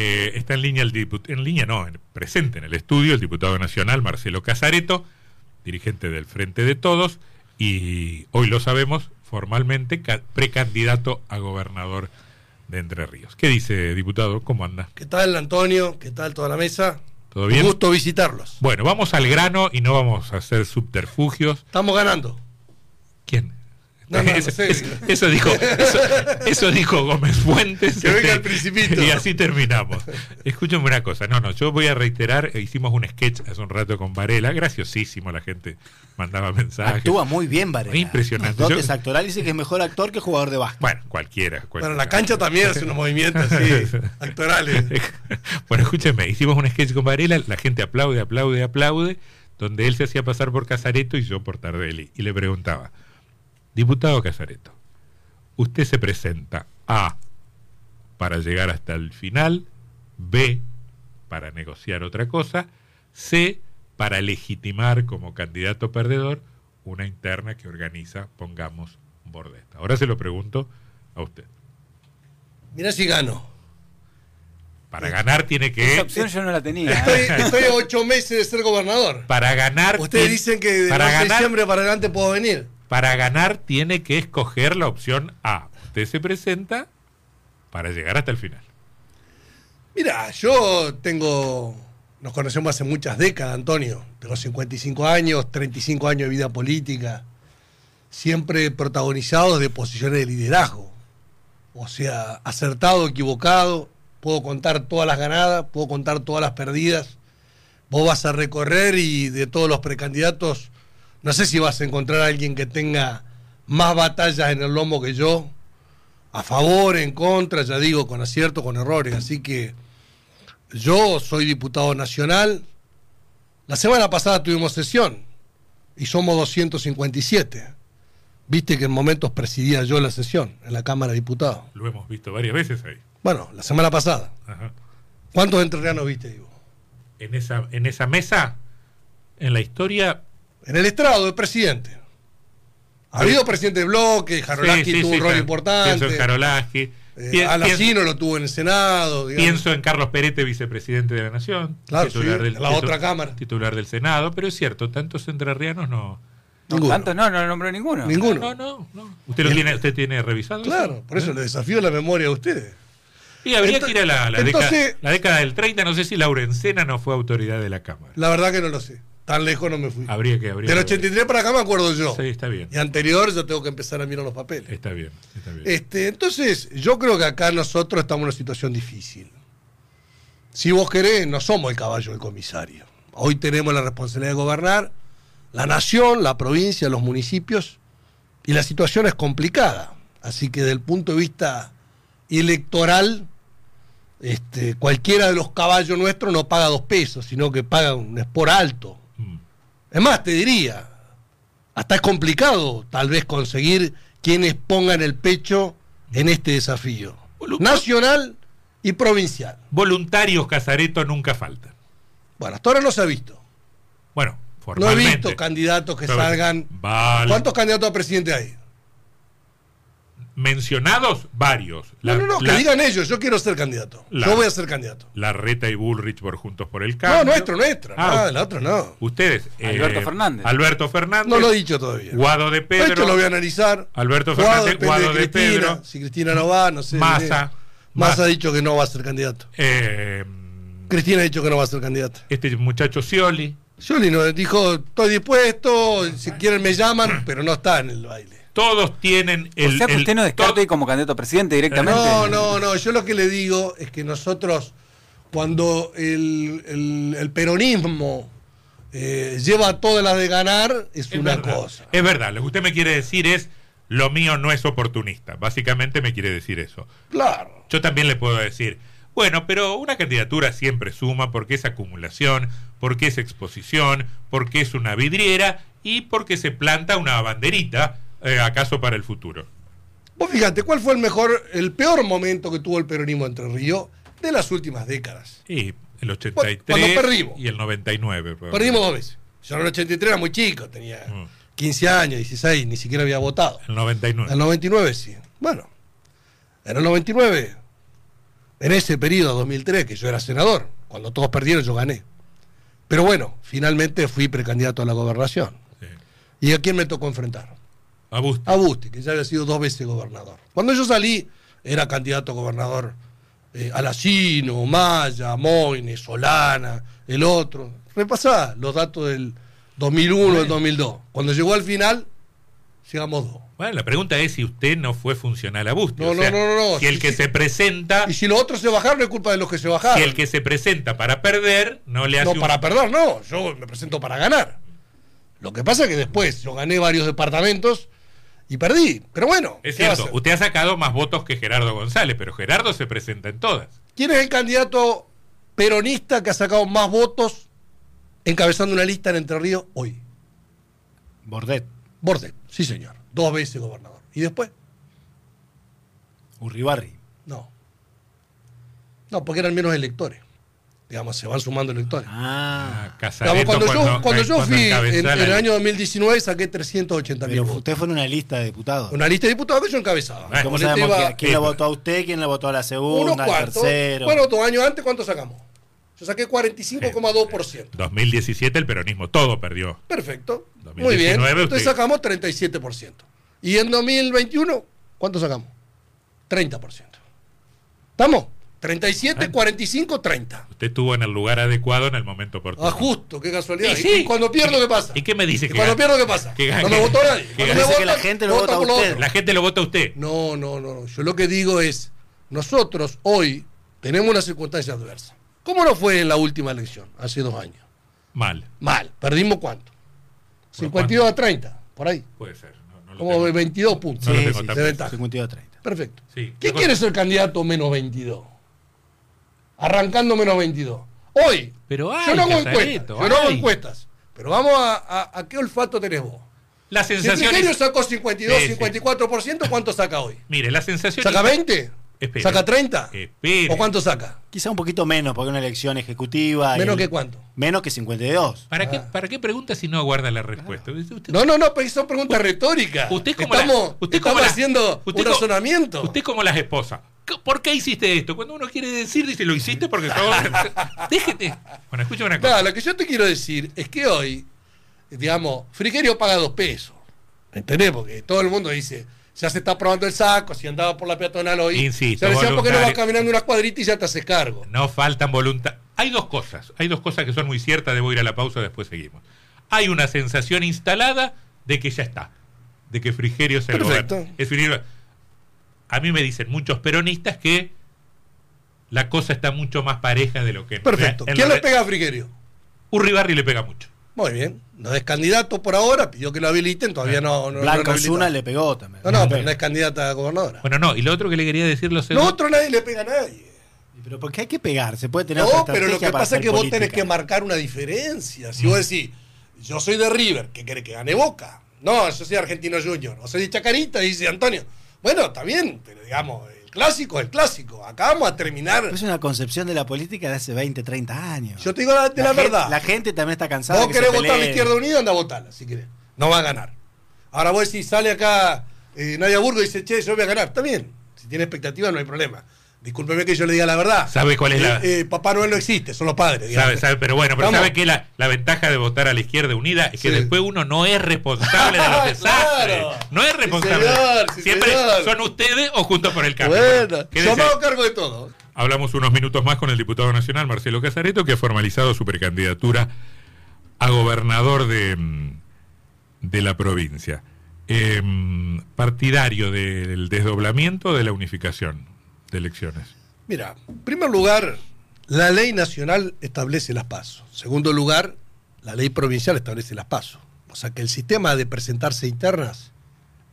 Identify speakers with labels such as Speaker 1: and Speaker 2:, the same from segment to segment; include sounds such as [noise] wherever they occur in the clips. Speaker 1: Eh, está en línea el diputado, en línea no, en- presente en el estudio el diputado nacional Marcelo Casareto, dirigente del Frente de Todos y hoy lo sabemos formalmente ca- precandidato a gobernador de Entre Ríos. ¿Qué dice, diputado? ¿Cómo anda?
Speaker 2: ¿Qué tal, Antonio? ¿Qué tal toda la mesa?
Speaker 1: ¿Todo bien?
Speaker 2: Un gusto visitarlos.
Speaker 1: Bueno, vamos al grano y no vamos a hacer subterfugios.
Speaker 2: Estamos ganando.
Speaker 1: ¿Quién? [laughs]
Speaker 2: No, no, no
Speaker 1: Eso-
Speaker 2: sé.
Speaker 1: eso, eso dijo, eso, eso dijo Gómez Fuentes. este,
Speaker 2: Que venga el Principito.
Speaker 1: Y así terminamos. Escúchame una cosa. No, no, yo voy a reiterar. eh, Hicimos un sketch hace un rato con Varela. Graciosísimo, la gente mandaba mensajes.
Speaker 3: Actúa muy bien, Varela.
Speaker 1: Impresionante.
Speaker 3: Los dotes
Speaker 1: Yo-
Speaker 3: actorales dice que es mejor actor que jugador de básquet.
Speaker 1: Bueno, cualquiera. cualquiera.
Speaker 2: Bueno, la cancha también hace unos
Speaker 1: [laughs]
Speaker 2: movimientos así, actorales.
Speaker 1: bueno, escúcheme, hicimos un sketch con Varela, la gente aplaude, aplaude, aplaude, donde él se hacía pasar por Casareto y yo por Tardelli. Y le preguntaba, diputado Casareto, usted se presenta A, para llegar hasta el final, B, para negociar otra cosa, C, para legitimar como candidato perdedor una interna que organiza, pongamos, Bordesta. Ahora se lo pregunto a usted.
Speaker 2: Mirá si gano.
Speaker 1: Para ganar tiene que...
Speaker 2: eh,
Speaker 4: Esa opción yo no la tenía.
Speaker 2: Estoy,
Speaker 4: ¿eh?
Speaker 2: estoy a ocho meses de ser gobernador.
Speaker 1: Para ganar.
Speaker 2: Ustedes
Speaker 1: tien-
Speaker 2: dicen que de
Speaker 1: para
Speaker 2: marzo de
Speaker 1: ganar,
Speaker 2: diciembre para adelante puedo venir.
Speaker 1: para ganar tiene que escoger la opción A. Usted se presenta para llegar hasta el final.
Speaker 2: Mira, yo tengo. Nos conocemos hace muchas décadas, Antonio. Tengo 55 años, 35 años de vida política, siempre protagonizados de posiciones de liderazgo. O sea, acertado, equivocado, puedo contar todas las ganadas, puedo contar todas las perdidas. Vos vas a recorrer y de todos los precandidatos, no sé si vas a encontrar a alguien que tenga más batallas en el lomo que yo, a favor, en contra, ya digo, con acierto, con errores. Así que yo soy diputado nacional. La semana pasada tuvimos sesión y somos 257. Viste que en momentos presidía yo la sesión en la Cámara de Diputados.
Speaker 1: Lo hemos visto varias veces ahí.
Speaker 2: Bueno, la semana pasada.
Speaker 1: Ajá.
Speaker 2: ¿Cuántos entrerrianos viste, digo?
Speaker 1: En esa, en esa mesa, en la historia.
Speaker 2: En el estrado de presidente. Ha habido presidente de bloque, Jarolaski
Speaker 1: Sí, sí,
Speaker 2: tuvo
Speaker 1: sí,
Speaker 2: un rol
Speaker 1: claro.
Speaker 2: importante.
Speaker 1: Pienso en Jarolaski.
Speaker 2: eh,
Speaker 1: Pien-
Speaker 2: Alacino
Speaker 1: pienso,
Speaker 2: lo tuvo en el Senado. digamos.
Speaker 1: pienso en Carlos Perete, vicepresidente de la Nación.
Speaker 2: Claro, sí, en la
Speaker 1: titu-
Speaker 2: otra Cámara.
Speaker 1: Titular del Senado. Pero es cierto, tantos entrerrianos no.
Speaker 2: Ninguno.
Speaker 4: Tantos no, no lo nombró ninguno.
Speaker 1: No,
Speaker 2: Ninguno.
Speaker 1: no, no. ¿Usted, lo tiene, usted tiene revisado? eso?
Speaker 2: Claro, por eso le desafío la memoria a ustedes.
Speaker 1: Y habría
Speaker 2: Ento-
Speaker 1: que ir a la, la década-
Speaker 2: entonces-
Speaker 1: la década del 30, no sé si Laurencena no fue autoridad de la Cámara.
Speaker 2: La verdad que no lo sé. Tan lejos no me fui.
Speaker 1: Habría que habría
Speaker 2: Del
Speaker 1: que-
Speaker 2: 83 para acá me acuerdo yo.
Speaker 1: Sí, está bien.
Speaker 2: Y anterior yo tengo que empezar a mirar los papeles.
Speaker 1: Está bien, está bien.
Speaker 2: Este, entonces, yo creo que acá nosotros estamos en una situación difícil. Si vos querés, no somos el caballo del comisario. Hoy tenemos la responsabilidad de gobernar la nación, la provincia, los municipios, y la situación es complicada. Así que desde el punto de vista electoral, este, cualquiera de los caballos nuestros no paga dos pesos, sino que paga un espor alto.
Speaker 1: Mm.
Speaker 2: Es más, te diría, hasta es complicado tal vez conseguir quienes pongan el pecho en este desafío.
Speaker 1: Boludo.
Speaker 2: Nacional y provincial.
Speaker 1: Voluntarios Casareto nunca faltan.
Speaker 2: Bueno, hasta ahora no se ha visto.
Speaker 1: Bueno,
Speaker 2: No he
Speaker 1: formalmente.
Speaker 2: visto candidatos que
Speaker 1: Pero-
Speaker 2: salgan.
Speaker 1: Vale.
Speaker 2: ¿Cuántos candidatos a presidente hay?
Speaker 1: Mencionados varios. La,
Speaker 2: no, no, no,
Speaker 1: la-
Speaker 2: que digan ellos, yo quiero ser candidato.
Speaker 1: La-
Speaker 2: yo voy a ser candidato.
Speaker 1: la Reta y Bullrich por Juntos por el Cambio.
Speaker 2: No, nuestro, nuestro.
Speaker 1: Ah,
Speaker 2: no, el otro no.
Speaker 1: Ustedes. eh,
Speaker 4: Alberto Fernández.
Speaker 1: Alberto Fernández.
Speaker 2: No lo he dicho todavía.
Speaker 1: Guado de Pedro.
Speaker 2: Esto lo voy a analizar.
Speaker 1: Alberto
Speaker 2: Guado
Speaker 1: Fernández,
Speaker 2: depende
Speaker 1: Guado de
Speaker 2: Cristina.
Speaker 1: Pedro.
Speaker 2: Si Cristina no va, no sé.
Speaker 1: Massa.
Speaker 2: Massa
Speaker 1: Massa.
Speaker 2: ha dicho que no va a ser candidato.
Speaker 1: eh,
Speaker 2: Cristina ha dicho que no va a ser candidata.
Speaker 1: este muchacho Scioli.
Speaker 2: Yoli nos dijo, estoy dispuesto, si quieren me llaman, pero no está en el baile.
Speaker 1: Todos tienen el.
Speaker 4: o sea que
Speaker 1: el-
Speaker 4: usted no descarta
Speaker 1: to-
Speaker 4: ir como candidato a presidente directamente.
Speaker 2: No, no, no, yo lo que le digo es que nosotros, cuando el, el- el peronismo eh, lleva a todas las de ganar, es, una
Speaker 1: verdad.
Speaker 2: cosa.
Speaker 1: Es verdad, lo que usted me quiere decir es, lo mío no es oportunista. Básicamente me quiere decir eso.
Speaker 2: Claro.
Speaker 1: Yo también le puedo decir, bueno, pero una candidatura siempre suma porque es acumulación, porque es exposición, porque es una vidriera y porque se planta una banderita, eh, acaso para el futuro.
Speaker 2: Vos fíjate, ¿cuál fue el mejor, el peor momento que tuvo el peronismo entre Río de las últimas décadas?
Speaker 1: Y el 83
Speaker 2: Cuando perdimos.
Speaker 1: y el 99. probablemente.
Speaker 2: Perdimos dos veces. Yo en el 83 era muy chico, tenía
Speaker 1: Mm.
Speaker 2: 15 años, 16, ni siquiera había votado.
Speaker 1: El 99.
Speaker 2: En el 99 sí. Bueno, en el 99 en ese periodo 2003, que yo era senador, cuando todos perdieron yo gané. Pero bueno, finalmente fui precandidato a la gobernación.
Speaker 1: Sí.
Speaker 2: ¿Y a quién me tocó enfrentar?
Speaker 1: A Busti.
Speaker 2: A Busti, que ya había sido dos veces gobernador. Cuando yo salí, era candidato a gobernador eh, Alacino, Maya, Moines, Solana, el otro. Repasá los datos del 2001, del 2002. Cuando llegó al final, llegamos dos.
Speaker 1: Bueno, la pregunta es si usted no fue funcional a Busti.
Speaker 2: No,
Speaker 1: o sea,
Speaker 2: no, no, no, no.
Speaker 1: Si el que se presenta,
Speaker 2: Y si los otros se bajaron, es culpa de los que se bajaron.
Speaker 1: si el que se presenta para perder, no le hace
Speaker 2: No,
Speaker 1: un-
Speaker 2: para perder, no. Yo me presento para ganar. Lo que pasa es que después yo gané varios departamentos y perdí. Pero bueno,
Speaker 1: Es
Speaker 2: ¿qué va a
Speaker 1: cierto,
Speaker 2: hacer?
Speaker 1: usted ha sacado más votos que Gerardo González, pero Gerardo se presenta en todas.
Speaker 2: ¿quién es el candidato peronista que ha sacado más votos encabezando una lista en Entre Ríos hoy?
Speaker 3: Bordet,
Speaker 2: Bordet, sí señor. Dos veces gobernador. ¿Y después?
Speaker 3: Urribarri.
Speaker 2: No. No, porque eran menos electores. Digamos, se van sumando electores.
Speaker 3: Ah,
Speaker 2: Digamos,
Speaker 1: Casareto,
Speaker 2: cuando, yo, cuando yo
Speaker 1: cuando
Speaker 2: fui en,
Speaker 1: encabezó la
Speaker 2: en el
Speaker 1: lista.
Speaker 2: año 2019 saqué 380 mil
Speaker 3: pero
Speaker 2: votos.
Speaker 3: usted fue en una lista de diputados.
Speaker 2: Una lista de diputados que yo encabezaba.
Speaker 1: Bueno,
Speaker 3: ¿Cómo
Speaker 2: Con este
Speaker 3: sabemos
Speaker 2: iba-
Speaker 3: que- quién la
Speaker 1: Sí,
Speaker 3: votó a usted, quién la votó a la
Speaker 2: unos
Speaker 3: segunda, al
Speaker 2: cuartos.
Speaker 3: tercero?
Speaker 2: Bueno, dos años antes, ¿cuánto sacamos? Yo saqué 45,2%.
Speaker 1: 2017 el peronismo todo perdió.
Speaker 2: Perfecto.
Speaker 1: 2019
Speaker 2: Muy bien. Entonces
Speaker 1: usted-
Speaker 2: sacamos 37%. Y en 2021, ¿cuánto sacamos? 30%. ¿Estamos? 37,
Speaker 1: Ah.
Speaker 2: 45, 30.
Speaker 1: Usted estuvo en el lugar adecuado en el momento oportuno.
Speaker 2: Ah, justo, qué casualidad.
Speaker 1: Y sí.
Speaker 2: ¿Y cuando pierdo, ¿qué pasa?
Speaker 1: ¿Y qué me dice
Speaker 2: ¿Y
Speaker 1: que
Speaker 2: cuando
Speaker 1: gana?
Speaker 2: pierdo, ¿qué pasa?
Speaker 1: Que gana-
Speaker 2: no me votó nadie.
Speaker 1: que
Speaker 2: Cuando
Speaker 1: gana-
Speaker 2: me
Speaker 3: Parece que la
Speaker 2: votan,
Speaker 3: gente lo vota a
Speaker 2: por los
Speaker 3: usted.
Speaker 2: otros.
Speaker 1: La gente lo vota a usted.
Speaker 2: No, no, no, no. Yo lo que digo es, nosotros hoy tenemos una circunstancia adversa. ¿Cómo no fue en la última elección? Hace dos años.
Speaker 1: Mal.
Speaker 2: Mal. ¿Perdimos cuánto? 52 a 30, por ahí.
Speaker 1: Puede ser. No, no lo
Speaker 2: Como
Speaker 1: tengo.
Speaker 2: 22 puntos
Speaker 1: No lo
Speaker 2: de
Speaker 1: tengo tan
Speaker 2: ventaja.
Speaker 3: 52-30.
Speaker 2: Perfecto.
Speaker 1: Sí.
Speaker 2: ¿Qué quiere ser candidato menos 22? Arrancando menos 22. Hoy,
Speaker 1: Pero
Speaker 2: yo
Speaker 1: ay,
Speaker 2: no hago
Speaker 1: Casareto,
Speaker 2: encuestas. Yo no hago
Speaker 1: ay.
Speaker 2: encuestas. Pero vamos a, a- a qué olfato tenés vos.
Speaker 1: La
Speaker 2: Si
Speaker 1: sensación
Speaker 2: Frigerio
Speaker 1: es-
Speaker 2: sacó 52,
Speaker 1: Sí, sí.
Speaker 2: 54%, ¿cuánto saca hoy?
Speaker 1: Mire, la sensación
Speaker 2: ¿Saca
Speaker 1: es-
Speaker 2: 20?
Speaker 1: Espere.
Speaker 2: ¿Saca 30?
Speaker 1: Espere.
Speaker 2: ¿O cuánto saca?
Speaker 3: Quizá un poquito menos, porque una elección ejecutiva. y
Speaker 2: ¿Menos
Speaker 3: el-
Speaker 2: que cuánto? Ah,
Speaker 3: Menos que 52.
Speaker 1: ¿Para, qué, ¿Para qué pregunta si no aguarda la respuesta? Usted,
Speaker 2: No, no, no, pero son preguntas retóricas.
Speaker 1: usted como la-
Speaker 2: estamos
Speaker 1: usted como
Speaker 2: estamos
Speaker 1: la-
Speaker 2: haciendo
Speaker 1: usted
Speaker 2: un
Speaker 1: como-
Speaker 2: razonamiento.
Speaker 1: usted como las esposas. ¿Qué- ¿Por qué hiciste esto? Cuando uno quiere decir, dice, lo hiciste porque
Speaker 2: [laughs]
Speaker 1: estaba... [laughs] Déjete. Bueno, escucha una cosa.
Speaker 2: Claro, lo que yo te quiero decir es que hoy, digamos, Frigerio paga dos pesos. ¿Entendés? Porque todo el mundo dice, ya se está probando el saco, si andaba por la peatonal hoy.
Speaker 1: Insisto,
Speaker 2: Ya decía, ¿por qué no vas
Speaker 1: voluntario.
Speaker 2: caminando unas cuadritas y ya te haces cargo?
Speaker 1: No faltan voluntad. Hay dos cosas, hay dos cosas que son muy ciertas, debo ir a la pausa, después seguimos. Hay una sensación instalada de que ya está, de que Frigerio se
Speaker 2: Perfecto.
Speaker 1: Es Frigerio- A mí me dicen muchos peronistas que la cosa está mucho más pareja de lo que es.
Speaker 2: Perfecto.
Speaker 1: En
Speaker 2: ¿Quién
Speaker 1: la-
Speaker 2: le pega a Frigerio?
Speaker 1: Urribarri le pega mucho.
Speaker 2: Muy bien. No es candidato por ahora, pidió que lo habiliten,
Speaker 1: Eh,
Speaker 2: todavía no. no
Speaker 3: Blanca
Speaker 2: no lo
Speaker 3: Osuna
Speaker 2: habilitaron.
Speaker 3: le pegó también.
Speaker 2: No, no, pero no es candidata a gobernadora.
Speaker 1: Bueno, no, y lo otro que le quería decir lo
Speaker 2: Lo
Speaker 1: segundo.
Speaker 2: otro nadie le pega a nadie.
Speaker 3: Pero porque hay que pegar, se puede tener otra
Speaker 2: No, pero lo
Speaker 3: estrategia
Speaker 2: que
Speaker 3: para
Speaker 2: pasa es
Speaker 3: hacer
Speaker 2: que vos
Speaker 3: política.
Speaker 2: tenés que marcar una diferencia. Si vos decís, yo soy de River, ¿qué querés que gane Boca? No, yo soy de Argentino Junior. O soy de Chacarita, dice Antonio. Bueno, está bien, pero digamos, el clásico es el clásico. Acá vamos a terminar.
Speaker 3: Pero Es una concepción de la política de hace 20, 30 años.
Speaker 2: Yo te digo la, de la
Speaker 3: gente-
Speaker 2: verdad.
Speaker 3: La gente también está cansada.
Speaker 2: vos
Speaker 3: de que
Speaker 2: querés
Speaker 3: se
Speaker 2: votar a la
Speaker 3: peleen.
Speaker 2: Izquierda Unida, anda a votarla, si querés. No va a ganar. Ahora vos decís, sale acá eh, Nadia Burgo y dice, che, yo voy a ganar. Está bien. Si tiene expectativa, no hay problema. Discúlpeme que yo le diga la verdad.
Speaker 1: ¿Sabe cuál es la-
Speaker 2: Eh, eh, Papá Noel no existe, son los padres. digamos.
Speaker 1: Sabe, sabe, pero bueno, pero
Speaker 2: Vamos.
Speaker 1: sabe que la, la ventaja de votar a la izquierda unida es que
Speaker 2: Sí.
Speaker 1: después uno no es responsable de los desastres.
Speaker 2: [laughs] Claro.
Speaker 1: No es responsable.
Speaker 2: Sí, señor, sí,
Speaker 1: Siempre
Speaker 2: señor.
Speaker 1: son ustedes o juntos por el cambio.
Speaker 2: Bueno,
Speaker 1: Quédese
Speaker 2: yo me
Speaker 1: ahí.
Speaker 2: hago cargo de todo.
Speaker 1: Hablamos unos minutos más con el diputado nacional Marcelo Casareto, que ha formalizado su precandidatura a gobernador de, mm, de la provincia. Em, partidario del desdoblamiento de la unificación de elecciones.
Speaker 2: Mira, en primer lugar, la ley nacional establece las pasos. En segundo lugar, la ley provincial establece las pasos. O sea que el sistema de presentarse internas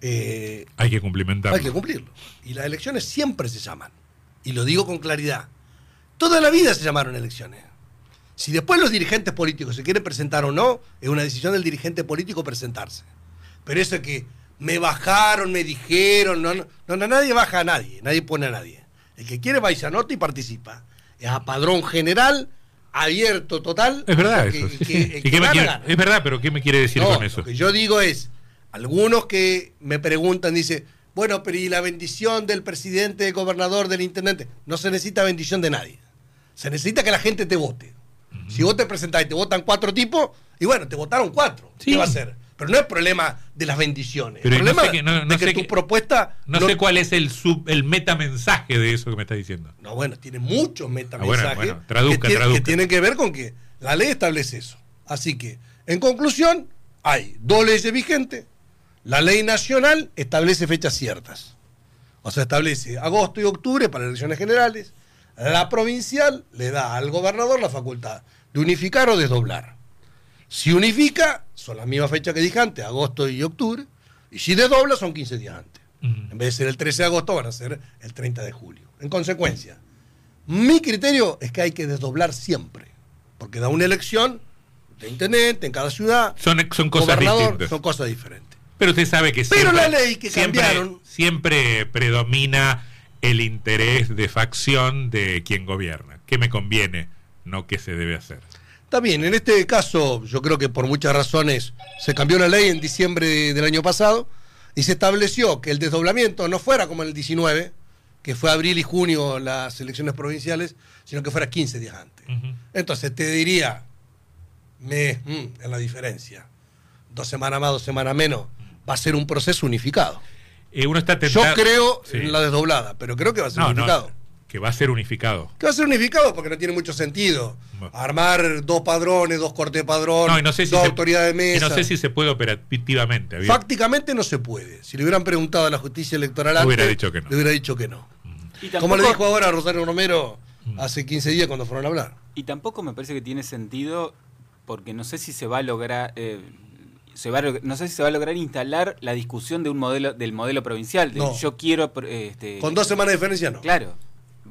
Speaker 2: eh,
Speaker 1: Hay que cumplimentarlo.
Speaker 2: hay que cumplirlo. Y las elecciones siempre se llaman. Y lo digo con claridad. Toda la vida se llamaron elecciones. Si después los dirigentes políticos se quieren presentar o no, es una decisión del dirigente político presentarse. Pero eso que me bajaron, me dijeron, no, no, no, no, nadie baja a nadie, nadie pone a nadie. El que quiere va y se anota y participa. Es a padrón general, abierto total.
Speaker 1: Es verdad
Speaker 2: O sea,
Speaker 1: eso. sí,
Speaker 2: que- que-
Speaker 1: sí.
Speaker 2: el
Speaker 1: ¿Y
Speaker 2: que
Speaker 1: qué me
Speaker 2: gana,
Speaker 1: quiere-
Speaker 2: gana.
Speaker 1: es verdad, pero ¿qué me quiere decir
Speaker 2: No,
Speaker 1: con eso?
Speaker 2: Lo que yo digo es, algunos que me preguntan, dice, Bueno, pero y la bendición del presidente, del gobernador, del intendente. No se necesita bendición de nadie. Se necesita que la gente te vote. Si vos te presentás y te votan cuatro tipos, y bueno, te votaron cuatro.
Speaker 1: Sí.
Speaker 2: ¿Qué va a ser? Pero no es problema de las bendiciones.
Speaker 1: Pero
Speaker 2: el
Speaker 1: y no
Speaker 2: problema
Speaker 1: sé que- no- no
Speaker 2: de que
Speaker 1: sé
Speaker 2: tu
Speaker 1: que-
Speaker 2: propuesta.
Speaker 1: No
Speaker 2: lo-
Speaker 1: sé cuál es el sub, el metamensaje de eso que me está diciendo.
Speaker 2: No, bueno, tiene muchos
Speaker 1: Ah, bueno,
Speaker 2: metamensajes
Speaker 1: bueno, traduzca,
Speaker 2: que, tiene-
Speaker 1: traduzca.
Speaker 2: que tienen que ver con que la ley establece eso. Así que, en conclusión, hay dos leyes vigentes. La ley nacional establece fechas ciertas. O sea, establece agosto y octubre para elecciones generales. La provincial le da al gobernador la facultad de unificar o desdoblar. Si unifica, son las mismas fechas que dije antes, agosto y octubre. Y si desdobla, son 15 días antes. En
Speaker 1: Ujú.
Speaker 2: vez de ser el 13 de agosto, van a ser el 30 de julio. En consecuencia, mi criterio es que hay que desdoblar siempre, porque da una elección de intendente en cada ciudad,
Speaker 1: Son, son cosas
Speaker 2: gobernador,
Speaker 1: distintas.
Speaker 2: son cosas diferentes.
Speaker 1: Pero usted sabe que
Speaker 2: Pero
Speaker 1: siempre,
Speaker 2: la ley que
Speaker 1: siempre,
Speaker 2: cambiaron-
Speaker 1: siempre predomina el interés de facción de quien gobierna. ¿Qué me conviene? No qué se debe hacer.
Speaker 2: Está bien, en este caso, yo creo que por muchas razones se cambió la ley en diciembre del año pasado y se estableció que el desdoblamiento no fuera como en el 19, que fue abril y junio las elecciones provinciales, sino que fuera 15 días antes. Entonces te diría, me, mm, en la diferencia, dos semanas más, dos semanas menos, va a ser un proceso unificado.
Speaker 1: Eh, uno está
Speaker 2: Yo
Speaker 1: tentado-
Speaker 2: creo
Speaker 1: Sí.
Speaker 2: en la desdoblada, pero creo que va a ser
Speaker 1: No, no,
Speaker 2: unificado.
Speaker 1: que va a ser unificado.
Speaker 2: Que va a ser unificado porque no tiene mucho sentido.
Speaker 1: Bueno.
Speaker 2: Armar dos padrones, dos cortes de padrón,
Speaker 1: No, y no sé si
Speaker 2: dos
Speaker 1: se-
Speaker 2: autoridades de
Speaker 1: y
Speaker 2: mesa.
Speaker 1: no sé si se puede operativamente. había-
Speaker 2: Fácticamente no se puede. Si le hubieran preguntado a la justicia electoral antes,
Speaker 1: Hubiera dicho que no.
Speaker 2: le hubiera dicho que no.
Speaker 4: Y
Speaker 2: Como
Speaker 4: tampoco-
Speaker 2: le dijo ahora Rosario Romero
Speaker 1: Mm.
Speaker 2: hace 15 días cuando fueron a hablar.
Speaker 4: Y tampoco me parece que tiene sentido porque no sé si se va a lograr eh, se va a log- no sé si se va a lograr instalar la discusión de un modelo del modelo provincial de
Speaker 2: No.
Speaker 4: yo quiero pro- eh, este,
Speaker 2: Con dos semanas de diferencia no.
Speaker 4: claro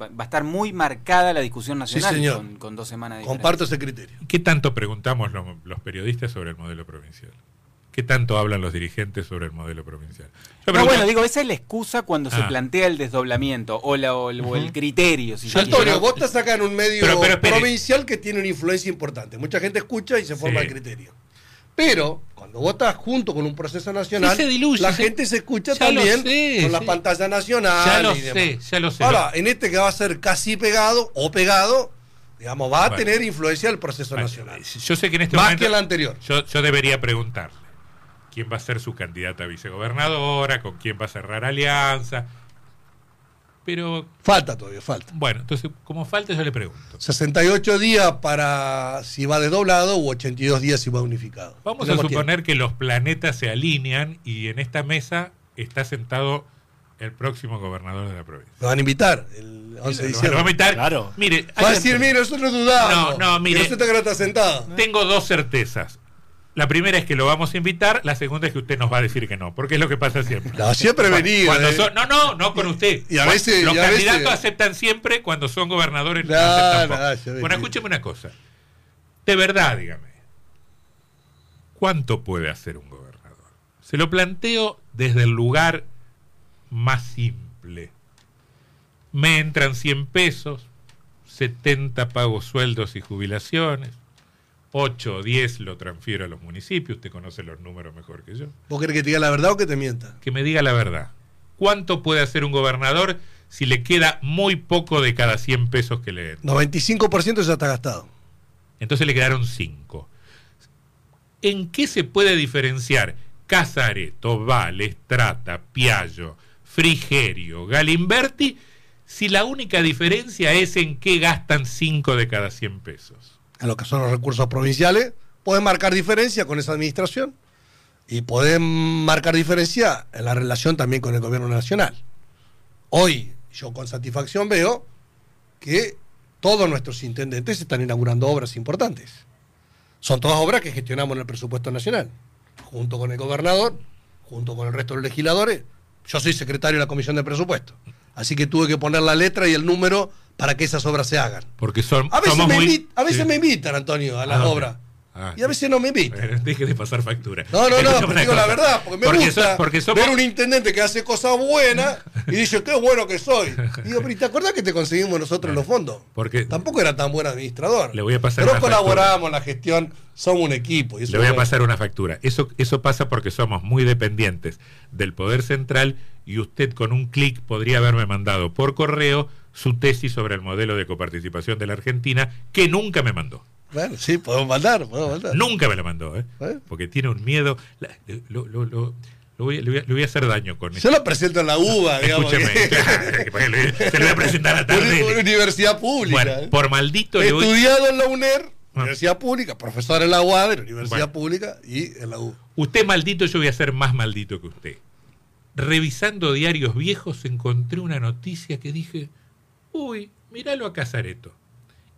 Speaker 4: va, va a estar muy marcada la discusión nacional
Speaker 2: señor.
Speaker 4: Con, con dos semanas de
Speaker 2: Comparto ese criterio.
Speaker 1: ¿Qué tanto preguntamos lo- los periodistas sobre el modelo provincial? ¿Qué tanto hablan los dirigentes sobre el modelo provincial? Yo
Speaker 4: diferencia.
Speaker 1: pregunto-
Speaker 4: no, bueno digo esa es la excusa cuando se
Speaker 1: Ah.
Speaker 4: plantea el desdoblamiento o, la- o el, o el criterio si se
Speaker 2: Antonio,
Speaker 4: quiere.
Speaker 2: vos estás acá en un medio
Speaker 1: Pero- pero espere.
Speaker 2: provincial que tiene una influencia importante. Mucha gente escucha y se forma
Speaker 1: Sí.
Speaker 2: el criterio. Pero cuando vos estás junto con un proceso nacional,
Speaker 1: Sí, se diluye,
Speaker 2: la
Speaker 1: se-
Speaker 2: gente se escucha
Speaker 1: Ya lo
Speaker 2: también
Speaker 1: sé,
Speaker 2: con la
Speaker 1: sí.
Speaker 2: pantalla nacional.
Speaker 1: Ya lo
Speaker 2: y demás.
Speaker 1: sé, ya lo sé.
Speaker 2: Ahora, en este que va a ser casi pegado o pegado, digamos, va a
Speaker 1: Bueno.
Speaker 2: tener influencia el proceso
Speaker 1: Bueno,
Speaker 2: nacional.
Speaker 1: Yo sé que en este
Speaker 2: Más
Speaker 1: momento.
Speaker 2: que el anterior.
Speaker 1: Yo, yo debería preguntarle quién va a ser su candidata a vicegobernadora, con quién va a cerrar alianza. Pero,
Speaker 2: Falta todavía, falta.
Speaker 1: bueno, entonces, como falta, yo le pregunto.
Speaker 2: 68 días para si va desdoblado u 82 días si va unificado.
Speaker 1: Vamos a
Speaker 2: Tenemos tiempo.
Speaker 1: suponer que los planetas se alinean y en esta mesa está sentado el próximo gobernador de la provincia.
Speaker 2: Lo van a invitar el
Speaker 1: Lo- lo
Speaker 2: 11 de
Speaker 1: va a
Speaker 2: diciembre.
Speaker 1: invitar.
Speaker 3: Claro.
Speaker 1: Mire,
Speaker 2: Va a
Speaker 1: hay-
Speaker 2: decir, mire, nosotros dudamos.
Speaker 1: No, no, mire.
Speaker 2: Que nosotros acá no está sentado.
Speaker 1: Tengo dos certezas. La primera es que lo vamos a invitar, la segunda es que usted nos va a decir que no, porque es lo que pasa siempre.
Speaker 2: No, siempre
Speaker 1: Cu-
Speaker 2: venía,
Speaker 1: cuando
Speaker 2: eh.
Speaker 1: son- no, no, no con usted.
Speaker 2: y a
Speaker 1: Cu-
Speaker 2: veces-
Speaker 1: los
Speaker 2: y a veces-
Speaker 1: candidatos aceptan siempre cuando son gobernadores. no
Speaker 2: No,
Speaker 1: aceptan
Speaker 2: no,
Speaker 1: poco.
Speaker 2: ah, ya ves,
Speaker 1: bueno,
Speaker 2: sí.
Speaker 1: escúcheme una cosa. De verdad, dígame. ¿Cuánto puede hacer un gobernador? Se lo planteo desde el lugar más simple. Me entran 100 pesos, 70 pago sueldos y jubilaciones, 8 o 10 lo transfiero a los municipios, usted conoce los números mejor que yo
Speaker 2: ¿Vos querés que te diga la verdad o que te mienta?
Speaker 1: que me diga la verdad. ¿Cuánto puede hacer un gobernador si le queda muy poco de cada 100 pesos que le den?
Speaker 2: 95% ya está gastado.
Speaker 1: Entonces le quedaron 5. ¿En qué se puede diferenciar Casareto, Vales, Trata, Piallo, Frigerio, Galimberti, si la única diferencia es en qué gastan 5 de cada 100 pesos?
Speaker 2: A lo que son los recursos provinciales, podés marcar diferencia con esa administración y podés marcar diferencia en la relación también con el gobierno nacional. Hoy, yo con satisfacción veo que todos nuestros intendentes están inaugurando obras importantes. Son todas obras que gestionamos en el presupuesto nacional, junto con el gobernador, junto con el resto de los legisladores. Yo soy secretario de la Comisión de Presupuesto, así que tuve que poner la letra y el número para que esas obras se hagan.
Speaker 1: Porque son,
Speaker 2: A veces,
Speaker 1: somos
Speaker 2: me,
Speaker 1: muy-
Speaker 2: invit- a veces
Speaker 1: Sí.
Speaker 2: me invitan, Antonio, a las
Speaker 1: dónde?
Speaker 2: obras.
Speaker 1: Ah,
Speaker 2: y a veces no me invitan.
Speaker 1: Bueno, deje de pasar factura.
Speaker 2: No, no,
Speaker 1: Escuchame una
Speaker 2: no, pero digo
Speaker 1: cosa.
Speaker 2: la verdad, porque me
Speaker 1: Porque
Speaker 2: gusta
Speaker 1: so- porque somos-
Speaker 2: ver un intendente que hace cosas buenas y dice, qué bueno que
Speaker 1: [laughs]
Speaker 2: soy. Digo, pero ¿y ¿te acordás que te conseguimos nosotros los fondos?
Speaker 1: Porque
Speaker 2: Tampoco era tan buen administrador.
Speaker 1: Le voy a pasar
Speaker 2: Pero
Speaker 1: una
Speaker 2: colaborábamos en la gestión, somos un equipo. y eso
Speaker 1: Le voy a
Speaker 2: bueno.
Speaker 1: pasar una factura. Eso, eso pasa porque somos muy dependientes del Poder Central y usted con un clic podría haberme mandado por correo su tesis sobre el modelo de coparticipación de la Argentina, que nunca me mandó.
Speaker 2: Bueno, sí, podemos mandar, podemos mandar.
Speaker 1: Nunca me la mandó, ¿eh?
Speaker 2: Bueno.
Speaker 1: porque tiene un miedo. La- lo- lo- lo- lo voy a- le, voy a, le voy a hacer daño con
Speaker 2: Yo lo presento en la UBA, digamos.
Speaker 1: [laughs] Escúcheme, [laughs]
Speaker 2: que-
Speaker 1: claro, porque le- se lo voy a presentar a
Speaker 2: [laughs]
Speaker 1: la tarde.
Speaker 2: Una universidad pública.
Speaker 1: Bueno,
Speaker 2: ¿eh?
Speaker 1: por maldito le voy-
Speaker 2: Estudiado en la UNER,
Speaker 1: Ah.
Speaker 2: universidad pública, profesor en la UAD, en la universidad
Speaker 1: Bueno.
Speaker 2: pública y en la U.
Speaker 1: Usted maldito, yo voy a ser más maldito que usted. Revisando diarios viejos encontré una noticia que dije, uy, míralo a Casareto.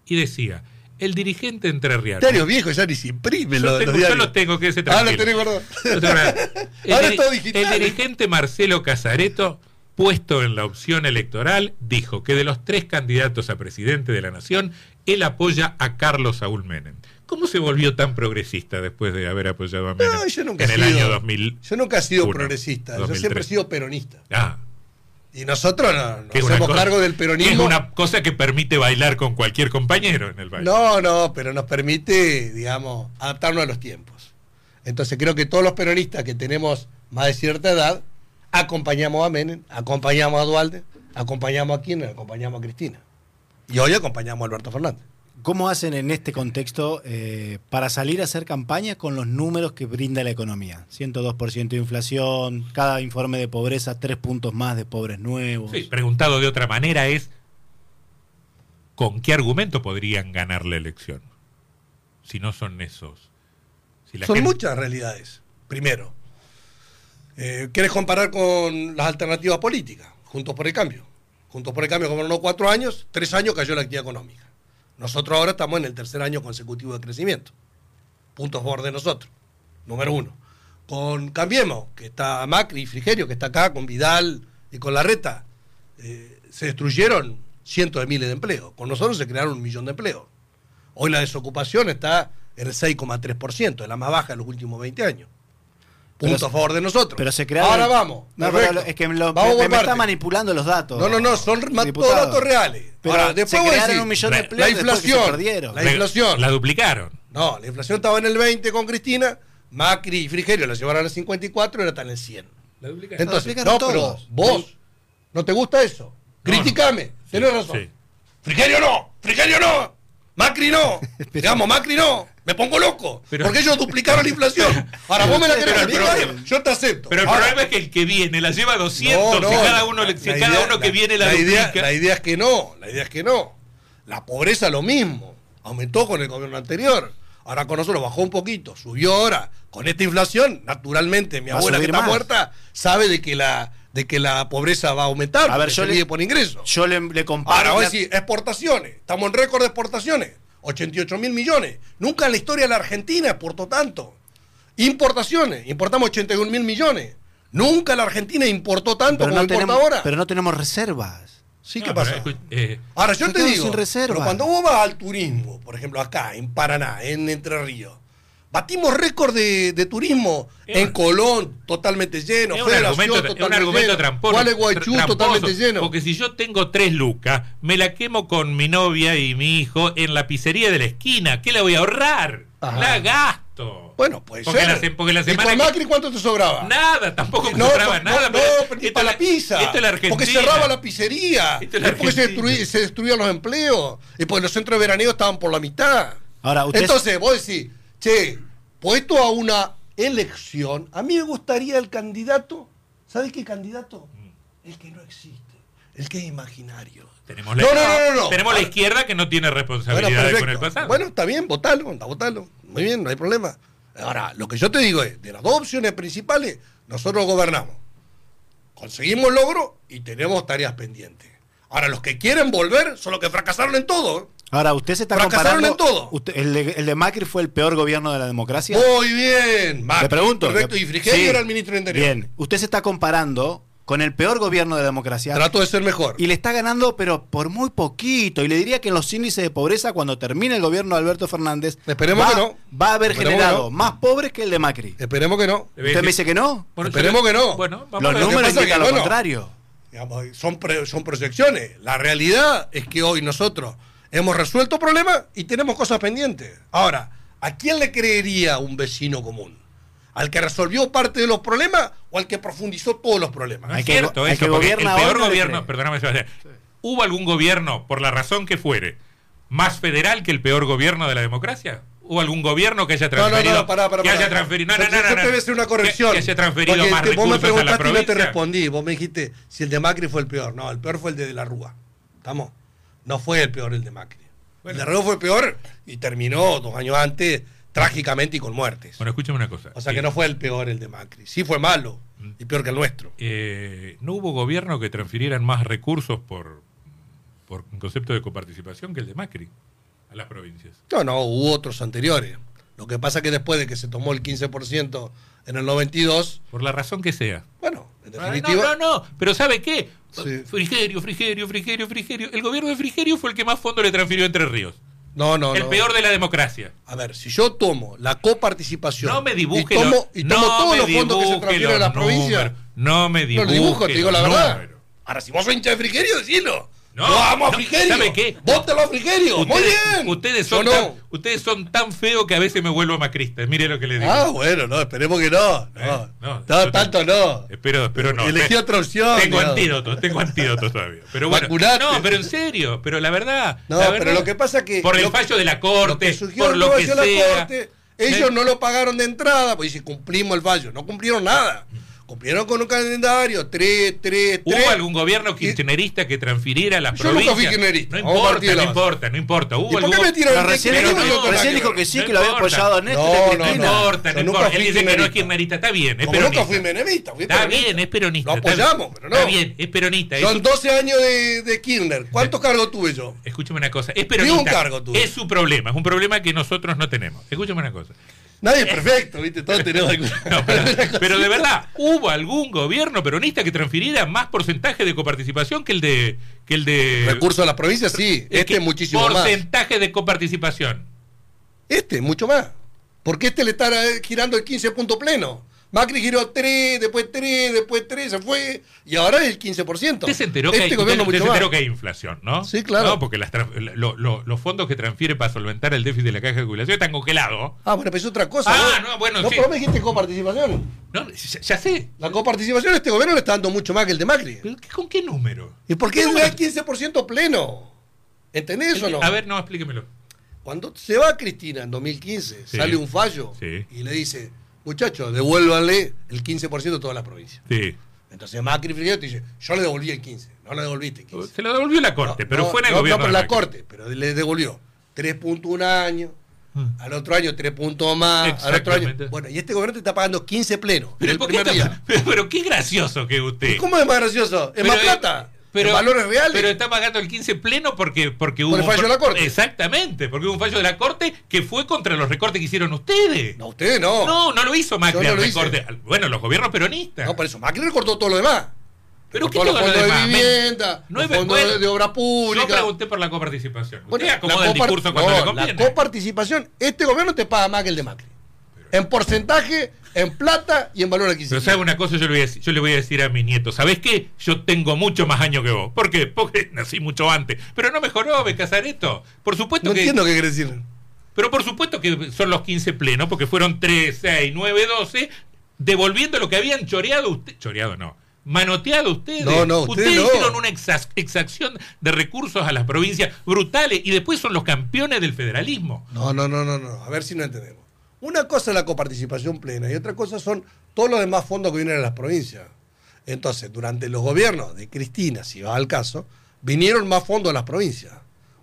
Speaker 1: Y decía, el dirigente entrerriano...
Speaker 2: Diarios viejos ya ni se imprimen
Speaker 1: yo,
Speaker 2: los,
Speaker 1: tengo,
Speaker 2: los
Speaker 1: yo
Speaker 2: diarios.
Speaker 1: los tengo, que se
Speaker 2: ah, los tenés, perdón. [laughs]
Speaker 1: el,
Speaker 2: Ahora
Speaker 1: diri-
Speaker 2: es todo digital.
Speaker 1: el dirigente Marcelo Casareto, puesto en la opción electoral, dijo que de los tres candidatos a presidente de la nación, él apoya a Carlos Saúl Menem. ¿Cómo se volvió tan progresista después de haber apoyado a Menem
Speaker 2: No, yo nunca he
Speaker 1: en el
Speaker 2: sido-
Speaker 1: año 2000?
Speaker 2: Yo nunca he sido
Speaker 1: Uno,
Speaker 2: progresista, yo
Speaker 1: 2003.
Speaker 2: siempre he sido peronista.
Speaker 1: Ah,
Speaker 2: Y nosotros no,
Speaker 1: que es
Speaker 2: nos
Speaker 1: una
Speaker 2: hacemos
Speaker 1: cosa-
Speaker 2: cargo del
Speaker 1: que Es
Speaker 2: peronismo.
Speaker 1: una cosa que permite bailar con cualquier compañero en el baile.
Speaker 2: No, no, pero nos permite, digamos, adaptarnos a los tiempos. Entonces creo que todos los peronistas que tenemos más de cierta edad, acompañamos a Menem, acompañamos a Dualde, acompañamos a Kirchner, acompañamos a Cristina. Y hoy acompañamos a Alberto Fernández.
Speaker 3: ¿Cómo hacen en este contexto eh, para salir a hacer campaña con los números que brinda la economía? 102% de inflación, cada informe de pobreza, tres puntos más de pobres nuevos.
Speaker 1: Sí, preguntado de otra manera es, ¿con qué argumento podrían ganar la elección? Si no son esos. Si la
Speaker 2: Son
Speaker 1: gente-
Speaker 2: muchas realidades. Primero, eh, ¿quieres comparar con las alternativas políticas? Juntos por el cambio. Juntos por el cambio gobernó cuatro años, tres años cayó la actividad económica. Nosotros ahora estamos en el tercer año consecutivo de crecimiento. Puntos borde nosotros, número uno. Con Cambiemos, que está Macri y Frigerio, que está acá, con Vidal y con Larreta, eh, se destruyeron cientos de miles de empleos. Con nosotros se crearon un millón de empleos. Hoy la desocupación está en el 6,3%, es la más baja de los últimos 20 años. Punto
Speaker 3: Pero-
Speaker 2: a favor de nosotros.
Speaker 3: Pero se crearon-
Speaker 2: Ahora vamos.
Speaker 3: No, pero
Speaker 2: perfecto.
Speaker 3: lo- es que lo-
Speaker 2: Vamos
Speaker 3: me,
Speaker 2: por
Speaker 3: me está
Speaker 2: partes.
Speaker 3: manipulando los datos.
Speaker 2: No, no, no, son ma- todos
Speaker 3: diputado.
Speaker 2: datos reales.
Speaker 3: Pero
Speaker 2: Ahora,
Speaker 3: se
Speaker 2: después vos
Speaker 3: crearon
Speaker 2: decís,
Speaker 3: un millón de
Speaker 1: la
Speaker 3: empleos después que se
Speaker 2: inflación,
Speaker 3: perdieron.
Speaker 2: La inflación.
Speaker 1: La duplicaron.
Speaker 2: No, la inflación estaba en el 20 con Cristina, Macri y Frigerio la llevaron al 54 y ahora está en el 100.
Speaker 1: La duplicaron.
Speaker 2: Entonces,
Speaker 3: explicaron
Speaker 2: no, pero
Speaker 3: todos.
Speaker 2: vos, ¿no te gusta eso? Criticame, tenés razón.
Speaker 1: sí.
Speaker 2: Frigerio no, Frigerio no, Macri [laughs] no, digamos, Macri no, me pongo loco,
Speaker 1: Pero-
Speaker 2: porque ellos duplicaron la inflación. Ahora vos me la querés explicar, yo te acepto.
Speaker 1: Pero el
Speaker 2: Ahora,
Speaker 1: problema es que el que viene la lleva 200
Speaker 2: no,
Speaker 1: y
Speaker 2: no,
Speaker 1: cada uno, le-
Speaker 2: la
Speaker 1: si
Speaker 2: idea-
Speaker 1: cada uno que
Speaker 2: la-
Speaker 1: viene la,
Speaker 2: la idea,
Speaker 1: duplica.
Speaker 2: la idea es que no, la idea es que no. La pobreza lo mismo, aumentó con el gobierno anterior. Ahora con nosotros bajó un poquito, subió ahora. Con esta inflación, naturalmente, mi
Speaker 3: Va a
Speaker 2: abuela que
Speaker 3: subir
Speaker 2: está
Speaker 3: más.
Speaker 2: muerta sabe de que la de que la pobreza va a aumentar,
Speaker 3: A ver,
Speaker 2: porque
Speaker 3: yo
Speaker 2: se
Speaker 3: le-
Speaker 2: mide por ingreso.
Speaker 3: Yo le, le comparo.
Speaker 2: Ahora, hoy
Speaker 3: la-
Speaker 2: sí, exportaciones. Estamos en récord de exportaciones. 88 mil millones. Nunca en la historia de la Argentina exportó tanto. Importaciones. Importamos 81 mil millones. Nunca la Argentina importó tanto
Speaker 3: pero,
Speaker 2: como
Speaker 3: no
Speaker 2: importa
Speaker 3: tenemos,
Speaker 2: ahora.
Speaker 3: pero no tenemos reservas.
Speaker 2: Sí,
Speaker 1: No,
Speaker 2: ¿qué
Speaker 1: pero
Speaker 2: pasa?
Speaker 1: escu- eh,
Speaker 2: Ahora, yo
Speaker 3: Nos
Speaker 2: te
Speaker 3: quedamos
Speaker 2: digo,
Speaker 3: sin reserva.
Speaker 2: pero cuando vos vas al turismo, por ejemplo, acá, en Paraná, en Entre Ríos, batimos récord de, de turismo
Speaker 1: Es
Speaker 2: en
Speaker 1: un-
Speaker 2: Colón, totalmente lleno,
Speaker 1: es un
Speaker 2: Federación,
Speaker 1: argumento, es un
Speaker 2: totalmente
Speaker 1: argumento
Speaker 2: lleno,
Speaker 1: tramposo,
Speaker 2: Gualeguaychú,
Speaker 1: tramposo,
Speaker 2: totalmente lleno.
Speaker 1: Porque si yo tengo tres lucas, me la quemo con mi novia y mi hijo en la pizzería de la esquina. ¿Qué la voy a ahorrar?
Speaker 2: Ajá.
Speaker 1: La gasto.
Speaker 2: Bueno, puede
Speaker 1: porque
Speaker 2: ser.
Speaker 1: la se- porque la
Speaker 2: ¿Y
Speaker 1: semana
Speaker 2: con
Speaker 1: que-
Speaker 2: Macri cuánto te sobraba?
Speaker 1: Nada, tampoco
Speaker 2: No,
Speaker 1: compraba
Speaker 2: no,
Speaker 1: nada.
Speaker 2: no,
Speaker 1: pero
Speaker 2: pero ni
Speaker 1: esto
Speaker 2: para
Speaker 1: es
Speaker 2: la pizza.
Speaker 1: Esto es la Argentina.
Speaker 2: Porque cerraba la pizzería.
Speaker 1: Esto es la
Speaker 2: y porque se,
Speaker 1: Argentina.
Speaker 2: destruí- se destruían los empleos. Y porque los centros de veraneo estaban por la mitad.
Speaker 3: Ahora, ustedes-
Speaker 2: Entonces, vos decís, che, puesto a una elección, a mí me gustaría el candidato. ¿Sabes qué candidato?
Speaker 1: Mm.
Speaker 2: El que no existe. El que es imaginario.
Speaker 1: Tenemos la,
Speaker 2: No, no, no, no, no.
Speaker 1: Tenemos la
Speaker 2: Ah,
Speaker 1: izquierda que no tiene
Speaker 2: bueno,
Speaker 1: responsabilidades con el
Speaker 2: perfecto.
Speaker 1: pasado.
Speaker 2: Bueno, está bien, votalo, anda, votalo. Muy bien, no hay problema. Ahora, lo que yo te digo es, de las dos opciones principales, nosotros gobernamos. Conseguimos logros y tenemos tareas pendientes. Ahora, los que quieren volver son los que fracasaron en todo.
Speaker 3: Ahora, usted se está
Speaker 2: Fracasaron
Speaker 3: comparando.
Speaker 2: en todo.
Speaker 3: usted- el, de, el de Macri fue el peor gobierno de la democracia.
Speaker 2: Muy bien, Macri,
Speaker 3: Le pregunto.
Speaker 2: ah, Correcto,
Speaker 3: le-
Speaker 2: y Frigerio
Speaker 3: sí.
Speaker 2: era el ministro de Interior.
Speaker 3: Bien, usted se está comparando con el peor gobierno de la democracia.
Speaker 2: Trato de ser mejor.
Speaker 3: Y le está ganando, pero por muy poquito. Y le diría que en los índices de pobreza, cuando termine el gobierno de Alberto Fernández,
Speaker 2: Esperemos
Speaker 3: va,
Speaker 2: que no.
Speaker 3: va a haber
Speaker 2: Esperemos
Speaker 3: generado
Speaker 2: que no. Eh,
Speaker 3: más pobres que el de Macri.
Speaker 2: Esperemos que no.
Speaker 3: ¿Usted me dice que no?
Speaker 1: Bueno,
Speaker 2: Esperemos
Speaker 1: yo-
Speaker 2: que no.
Speaker 1: Bueno, vamos
Speaker 3: Los
Speaker 1: a ver.
Speaker 2: números-
Speaker 3: números
Speaker 2: pasa
Speaker 3: indican
Speaker 2: que,
Speaker 3: lo
Speaker 2: bueno,
Speaker 3: contrario.
Speaker 2: Digamos, son, pre- son proyecciones. La realidad es que hoy nosotros hemos resuelto problemas y tenemos cosas pendientes. Ahora, ¿a quién le creería un vecino común? ¿Al que resolvió parte de los problemas o al que profundizó todos los
Speaker 1: No
Speaker 2: problemas?
Speaker 1: es
Speaker 3: Al que-
Speaker 1: cierto
Speaker 3: al
Speaker 1: eso,
Speaker 3: que
Speaker 1: porque
Speaker 3: gobierna eh.
Speaker 1: el peor
Speaker 3: ahora no le
Speaker 1: gobierno,
Speaker 3: cree.
Speaker 1: perdóname, Sebastián, ¿hubo algún gobierno, por la razón que fuere, más federal que el peor gobierno de la democracia? ¿Hubo algún gobierno que haya
Speaker 2: No, no,
Speaker 1: transferido?
Speaker 2: no, pará, pará,
Speaker 1: que
Speaker 2: pará.
Speaker 1: haya transferido, no,
Speaker 2: Yo-
Speaker 1: no, no,
Speaker 2: yo
Speaker 1: no,
Speaker 2: te voy a
Speaker 1: no.
Speaker 2: decir una
Speaker 1: Que-
Speaker 2: corrección.
Speaker 1: Que, haya transferido
Speaker 2: Porque
Speaker 1: más
Speaker 2: te- vos me
Speaker 1: recursos a la
Speaker 2: preguntaste y no te
Speaker 1: provincia.
Speaker 2: respondí. Vos me dijiste si el de Macri fue el peor. No, el peor fue el de, De la Rúa. ¿Estamos? No fue el peor el de Macri. el de la Rúa fue el peor y terminó dos años antes trágicamente y con muertes.
Speaker 1: Bueno, escúchame una cosa.
Speaker 2: O sea
Speaker 1: Eh,
Speaker 2: que no fue el peor el de Macri. Sí fue malo y peor que el nuestro.
Speaker 1: eh, ¿no hubo gobierno que transfirieran más recursos por, por un concepto de coparticipación que el de Macri a las provincias?
Speaker 2: No, no, hubo otros anteriores. Lo que pasa que después de que se tomó el 15% en el 92,
Speaker 1: Por la razón que sea.
Speaker 2: bueno, en
Speaker 1: Ah, No,
Speaker 2: definitiva,
Speaker 1: no, no, pero ¿sabe qué?
Speaker 2: Sí.
Speaker 1: Frigerio, Frigerio, Frigerio, Frigerio. El gobierno de Frigerio fue el que más fondo le transfirió a Entre Ríos.
Speaker 2: no, no,
Speaker 1: el
Speaker 2: no.
Speaker 1: peor de la democracia.
Speaker 2: A ver, si yo tomo la coparticipación
Speaker 1: No me dibuje
Speaker 2: y tomo,
Speaker 1: los-
Speaker 2: y tomo
Speaker 1: no
Speaker 2: todos
Speaker 1: me
Speaker 2: los fondos que se
Speaker 1: dibuje
Speaker 2: transfieren a las
Speaker 1: los
Speaker 2: provincias,
Speaker 1: números. No me
Speaker 2: no
Speaker 1: dibuje
Speaker 2: los dibujo, te digo la
Speaker 1: los
Speaker 2: verdad.
Speaker 1: números.
Speaker 2: Ahora, si vos sos hincha de Frigerio, decilo.
Speaker 1: No,
Speaker 2: No, vamos a
Speaker 1: no,
Speaker 2: Frigerio.
Speaker 1: ¿sabe qué?
Speaker 2: Vótalo a Frigerio. Muy
Speaker 1: Ustedes-
Speaker 2: bien.
Speaker 1: Ustedes
Speaker 2: Yo
Speaker 1: son,
Speaker 2: no.
Speaker 1: tan, ustedes son tan feos que a veces me vuelvo macrista. Mire lo que le digo.
Speaker 2: Ah, bueno, no, esperemos que no. No,
Speaker 1: Eh, no,
Speaker 2: no,
Speaker 1: yo Eh,
Speaker 2: tanto no.
Speaker 1: Espero, espero no.
Speaker 2: Elegí
Speaker 1: Te-
Speaker 2: otra opción.
Speaker 1: Tengo
Speaker 2: no.
Speaker 1: antídoto, tengo antídoto todavía. Pero bueno,
Speaker 2: Vacunate.
Speaker 1: no, pero en serio, pero la verdad.
Speaker 2: No,
Speaker 1: la
Speaker 2: pero
Speaker 1: verdad,
Speaker 2: lo que pasa que-
Speaker 1: Por el
Speaker 2: lo-
Speaker 1: fallo de la
Speaker 2: Lo que
Speaker 1: corte,
Speaker 2: surgió
Speaker 1: por
Speaker 2: en
Speaker 1: lo que
Speaker 2: relación a la
Speaker 1: sea.
Speaker 2: corte, ellos
Speaker 1: Eh,
Speaker 2: no lo pagaron de entrada, pues si cumplimos el fallo, no cumplieron nada. Cumplieron con un calendario 3, 3, 3.
Speaker 1: Mm. ¿Hubo algún gobierno kirchnerista que transfiriera a las
Speaker 2: Yo nunca
Speaker 1: provincias?
Speaker 2: fui kirchnerista.
Speaker 1: No
Speaker 2: Vamos a partir
Speaker 1: importa,
Speaker 2: de
Speaker 1: no
Speaker 2: la base.
Speaker 1: importa, no importa. ¿Hubo
Speaker 2: ¿Y por qué
Speaker 1: algún-
Speaker 2: me tiran
Speaker 3: Pero
Speaker 2: de
Speaker 3: recién,
Speaker 1: Pero
Speaker 3: dijo,
Speaker 1: no,
Speaker 3: recién
Speaker 1: no,
Speaker 3: dijo
Speaker 1: no,
Speaker 3: que sí,
Speaker 1: no
Speaker 3: que lo había
Speaker 1: importa.
Speaker 3: apoyado a Néstor.
Speaker 2: No, no,
Speaker 3: de
Speaker 1: No
Speaker 3: Cristina.
Speaker 1: importa, no
Speaker 2: Yo nunca
Speaker 1: importa. Él
Speaker 2: fui
Speaker 1: dice que no es
Speaker 2: kirchnerista.
Speaker 1: kirchnerista, está bien, es
Speaker 2: Como nunca
Speaker 1: peronista.
Speaker 2: fui menemista, fui
Speaker 1: Está
Speaker 2: peronista.
Speaker 1: bien, es peronista.
Speaker 2: Lo
Speaker 1: está bien.
Speaker 2: apoyamos, pero no.
Speaker 1: Está bien, Eh. es peronista. es
Speaker 2: Son
Speaker 1: un-
Speaker 2: 12 años de, de Kirchner. ¿Cuántos cargos tuve yo?
Speaker 1: Escúchame una cosa, es
Speaker 2: Ni un
Speaker 1: peronista.
Speaker 2: cargo tuve.
Speaker 1: es su problema, es un problema que nosotros no tenemos. Escúchame una cosa.
Speaker 2: Nadie es perfecto, ¿viste? Todos tenemos alguna.
Speaker 1: Eh. [laughs] No,
Speaker 2: [laughs]
Speaker 1: pero, pero de verdad, ¿hubo algún gobierno peronista que transfiriera más porcentaje de coparticipación que el de que el de
Speaker 2: Recursos a las provincias, sí.
Speaker 1: el
Speaker 2: Este
Speaker 1: eh. que-
Speaker 2: es muchísimo más.
Speaker 1: porcentaje de coparticipación?
Speaker 2: Este, mucho más. Porque este le está eh, girando el 15 punto pleno. Macri giró 3, después 3, después 3, se fue. Y ahora es el 15%.
Speaker 1: Usted se enteró,
Speaker 2: este
Speaker 1: que, hay,
Speaker 2: gobierno
Speaker 1: usted- usted
Speaker 2: mucho
Speaker 1: se
Speaker 2: más.
Speaker 1: enteró que hay inflación, ¿no?
Speaker 2: Sí, claro.
Speaker 1: No, porque las tra- lo- lo- los fondos que transfiere para solventar el déficit de la caja de jubilación están congelados.
Speaker 2: Ah, bueno, pero es otra cosa.
Speaker 1: Ah,
Speaker 2: ¿no?
Speaker 1: no, bueno,
Speaker 2: No,
Speaker 1: sí.
Speaker 2: pero me dijiste coparticipación.
Speaker 1: No, ya, ya sé.
Speaker 2: La coparticipación a este gobierno le está dando mucho más que el de Macri.
Speaker 1: ¿Pero qué- ¿Con qué número?
Speaker 2: ¿Y por qué
Speaker 1: ¿Qué
Speaker 2: es
Speaker 1: número?
Speaker 2: el 15% pleno? ¿Entendés eso o no?
Speaker 1: A ver, no, explíquemelo.
Speaker 2: Cuando se va Cristina en 2015,
Speaker 1: Sí.
Speaker 2: sale un fallo
Speaker 1: Sí.
Speaker 2: y le dice, muchachos, devuélvanle el 15% de todas las provincias.
Speaker 1: Sí.
Speaker 2: Entonces Macri Frigerio te dice, yo le devolví el 15, no le devolviste el 15.
Speaker 1: Se lo devolvió la corte,
Speaker 2: No,
Speaker 1: pero
Speaker 2: no,
Speaker 1: fue en el
Speaker 2: no,
Speaker 1: gobierno.
Speaker 2: No,
Speaker 1: de
Speaker 2: pero la
Speaker 1: Macri.
Speaker 2: corte, pero le devolvió 3.1 año,
Speaker 1: Mm.
Speaker 2: al otro año 3 puntos más, al otro año.
Speaker 1: Exactamente.
Speaker 2: Bueno, y este gobierno te está pagando 15 plenos. en
Speaker 1: Pero,
Speaker 2: el
Speaker 1: ¿por qué
Speaker 2: primer
Speaker 1: está-
Speaker 2: día.
Speaker 1: [laughs] pero- pero qué gracioso que usted.
Speaker 2: ¿Y ¿Cómo es más gracioso? ¿Es
Speaker 1: Pero,
Speaker 2: más plata?
Speaker 1: eh, Pero,
Speaker 2: ¿En valores reales?
Speaker 1: Pero está pagando el 15 pleno porque, porque hubo.
Speaker 2: Por el
Speaker 1: un
Speaker 2: fallo de la Corte.
Speaker 1: Exactamente, porque hubo un fallo de la Corte que fue contra los recortes que hicieron ustedes.
Speaker 2: No, ustedes no.
Speaker 1: No, no lo hizo Macri
Speaker 2: Yo no
Speaker 1: al
Speaker 2: lo hice.
Speaker 1: recorte. Al- Bueno, los gobiernos peronistas.
Speaker 2: No, por eso Macri recortó todo lo demás.
Speaker 1: Pero ¿qué
Speaker 2: Recortó
Speaker 1: todo lo
Speaker 2: los fondos
Speaker 1: demás?
Speaker 2: de vivienda,
Speaker 1: No es
Speaker 2: los fondos
Speaker 1: bueno.
Speaker 2: de, de obra
Speaker 1: Yo
Speaker 2: pública.
Speaker 1: pregunté por la coparticipación. Usted
Speaker 2: Bueno,
Speaker 1: acomoda
Speaker 2: la
Speaker 1: el
Speaker 2: copar-
Speaker 1: discurso cuando
Speaker 2: no,
Speaker 1: le conviene.
Speaker 2: La coparticipación, este gobierno te paga más que el de Macri. En porcentaje, en plata y en valor
Speaker 1: Pero
Speaker 2: adquisitivo.
Speaker 1: sabe una cosa, yo le, voy a decir, yo le voy a decir a mi nieto, ¿sabés qué? Yo tengo mucho más años que vos. ¿Por qué? Porque [laughs] nací mucho antes. Pero no mejoró, me esto. Por supuesto
Speaker 2: no
Speaker 1: que...
Speaker 2: entiendo qué quiere decir.
Speaker 1: Pero por supuesto que son los 15 plenos, porque fueron 3, 6, 9, 12, devolviendo lo que habían choreado ustedes. Choreado no. Manoteado ustedes.
Speaker 2: No, no,
Speaker 1: ustedes
Speaker 2: ustedes no.
Speaker 1: hicieron una exa- exacción de recursos a las provincias brutales y después son los campeones del federalismo.
Speaker 2: No, no, no, no, no. A ver si no entendemos. Una cosa es la coparticipación plena y otra cosa son todos los demás fondos que vienen de las provincias. Entonces, durante los gobiernos de Cristina, si va al caso, vinieron más fondos a las provincias.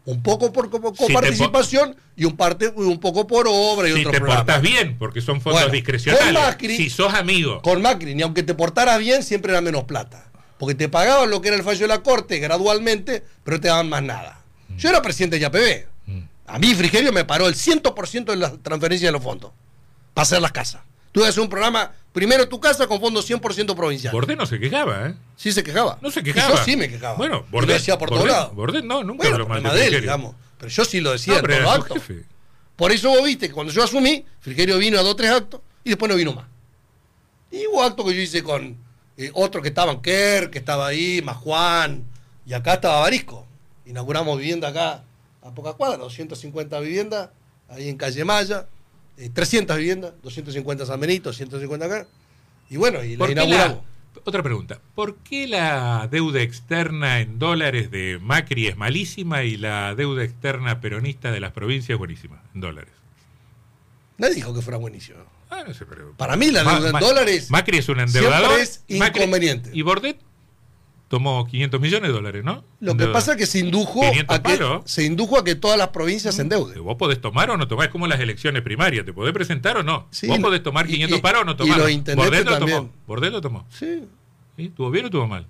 Speaker 2: Un poco por co-
Speaker 1: te po-
Speaker 2: coparticipación y un parte y un poco por obra y
Speaker 1: Si
Speaker 2: otro
Speaker 1: te
Speaker 2: programa.
Speaker 1: portás bien, porque son fondos
Speaker 2: Bueno,
Speaker 1: discrecionales.
Speaker 2: con Macri-
Speaker 1: si sos amigo.
Speaker 2: Con Macri, ni aunque te portaras bien, siempre era menos plata. Porque te pagaban lo que era el fallo de la corte gradualmente, pero te daban más nada.
Speaker 1: Mm.
Speaker 2: Yo era presidente de APB. A mí Frigerio me paró el 100% de las transferencias de los fondos para hacer las casas. Tuve que hacer un programa Primero tu casa con fondo 100% provincial.
Speaker 1: Bordé no se quejaba, ¿eh?
Speaker 2: Sí se quejaba.
Speaker 1: No se quejaba.
Speaker 2: Yo sí me quejaba.
Speaker 1: Bueno,
Speaker 2: Y
Speaker 1: Bordet.
Speaker 2: Lo decía por todos
Speaker 1: Bordet-
Speaker 2: lados.
Speaker 1: Bordet no, nunca
Speaker 2: Bueno,
Speaker 1: habló mal
Speaker 2: problema
Speaker 1: de
Speaker 2: de él,
Speaker 1: Frigerio.
Speaker 2: digamos. Pero yo sí lo
Speaker 1: No,
Speaker 2: decía
Speaker 1: pero
Speaker 2: en
Speaker 1: era
Speaker 2: todo
Speaker 1: su
Speaker 2: acto.
Speaker 1: jefe.
Speaker 2: Por eso vos viste que cuando yo asumí, Frigerio vino a dos tres actos y después no vino más. Y hubo actos que yo hice con eh, otros que estaban Kerr, que estaba ahí, más Juan, y acá estaba Barisco. Inauguramos vivienda acá a pocas cuadras, 250 viviendas, ahí en Calle Maya, eh, 300 viviendas, 250 San Benito, 150 acá. Y bueno, y la
Speaker 1: ¿Por qué la-
Speaker 2: inauguramos.
Speaker 1: otra pregunta. ¿Por qué la deuda externa en dólares de Macri es malísima y la deuda externa peronista de las provincias es buenísima en dólares?
Speaker 2: Nadie dijo que fuera buenísimo.
Speaker 1: Ah, no sé, pero-
Speaker 2: Para mí la
Speaker 1: Ma-
Speaker 2: deuda en
Speaker 1: Ma-
Speaker 2: dólares
Speaker 1: Macri es un endeudador.
Speaker 2: siempre es
Speaker 1: Macri-
Speaker 2: inconveniente.
Speaker 1: y Bordet tomó 500 millones de dólares, ¿no?
Speaker 2: Lo que
Speaker 1: Endeudado.
Speaker 2: pasa es que se indujo,
Speaker 1: 500
Speaker 2: a que,
Speaker 1: palos. Mm.
Speaker 2: se indujo a que todas las provincias se
Speaker 1: Que
Speaker 2: endeuden.
Speaker 1: Vos podés tomar o no tomás, es como las elecciones primarias. ¿Te podés presentar o no?
Speaker 2: Sí,
Speaker 1: vos
Speaker 2: lo-
Speaker 1: podés tomar
Speaker 2: y-
Speaker 1: 500
Speaker 2: y-
Speaker 1: paros o no
Speaker 2: y
Speaker 1: tomás.
Speaker 2: los intendentes
Speaker 1: Bordet lo tomó.
Speaker 2: también.
Speaker 1: Bordet lo tomó.
Speaker 2: Sí,
Speaker 1: ¿Sí? ¿Tuvo bien o tuvo mal?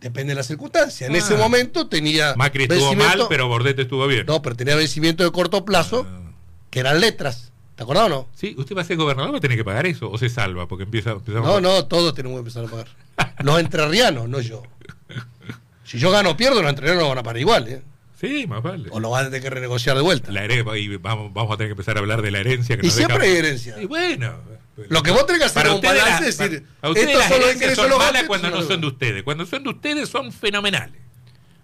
Speaker 2: depende de las circunstancias. En
Speaker 1: Ah.
Speaker 2: ese momento tenía
Speaker 1: Macri estuvo mal, pero Bordet estuvo bien.
Speaker 2: No, pero tenía vencimiento de corto plazo,
Speaker 1: Ah.
Speaker 2: que eran letras. ¿Te acordás o no?
Speaker 1: Sí, usted va a ser gobernador, va a tener que pagar eso. O se salva, porque empieza. empezamos-
Speaker 2: No, no, todos tenemos que empezar a pagar. Los entrerrianos, no yo. Si yo gano o pierdo, los entrerrianos van a pagar igual, ¿eh?
Speaker 1: Sí, más vale.
Speaker 2: O lo van a tener que renegociar de vuelta.
Speaker 1: La herencia, y vamos, vamos a tener que empezar a hablar de la herencia. Que
Speaker 2: Y
Speaker 1: nos deja-
Speaker 2: siempre hay herencia.
Speaker 1: Y bueno. pues,
Speaker 2: Lo que vos tenés que hacer
Speaker 1: Para
Speaker 2: es un
Speaker 1: ustedes
Speaker 2: balance
Speaker 1: la-
Speaker 2: y decir,
Speaker 1: para- a ustedes
Speaker 2: estos
Speaker 1: las
Speaker 2: son los
Speaker 1: herencias
Speaker 2: ingresos,
Speaker 1: son
Speaker 2: los
Speaker 1: malas
Speaker 2: gastos,
Speaker 1: cuando
Speaker 2: estos
Speaker 1: no
Speaker 2: son
Speaker 1: son de
Speaker 2: los-
Speaker 1: ustedes. Cuando son de ustedes son fenomenales.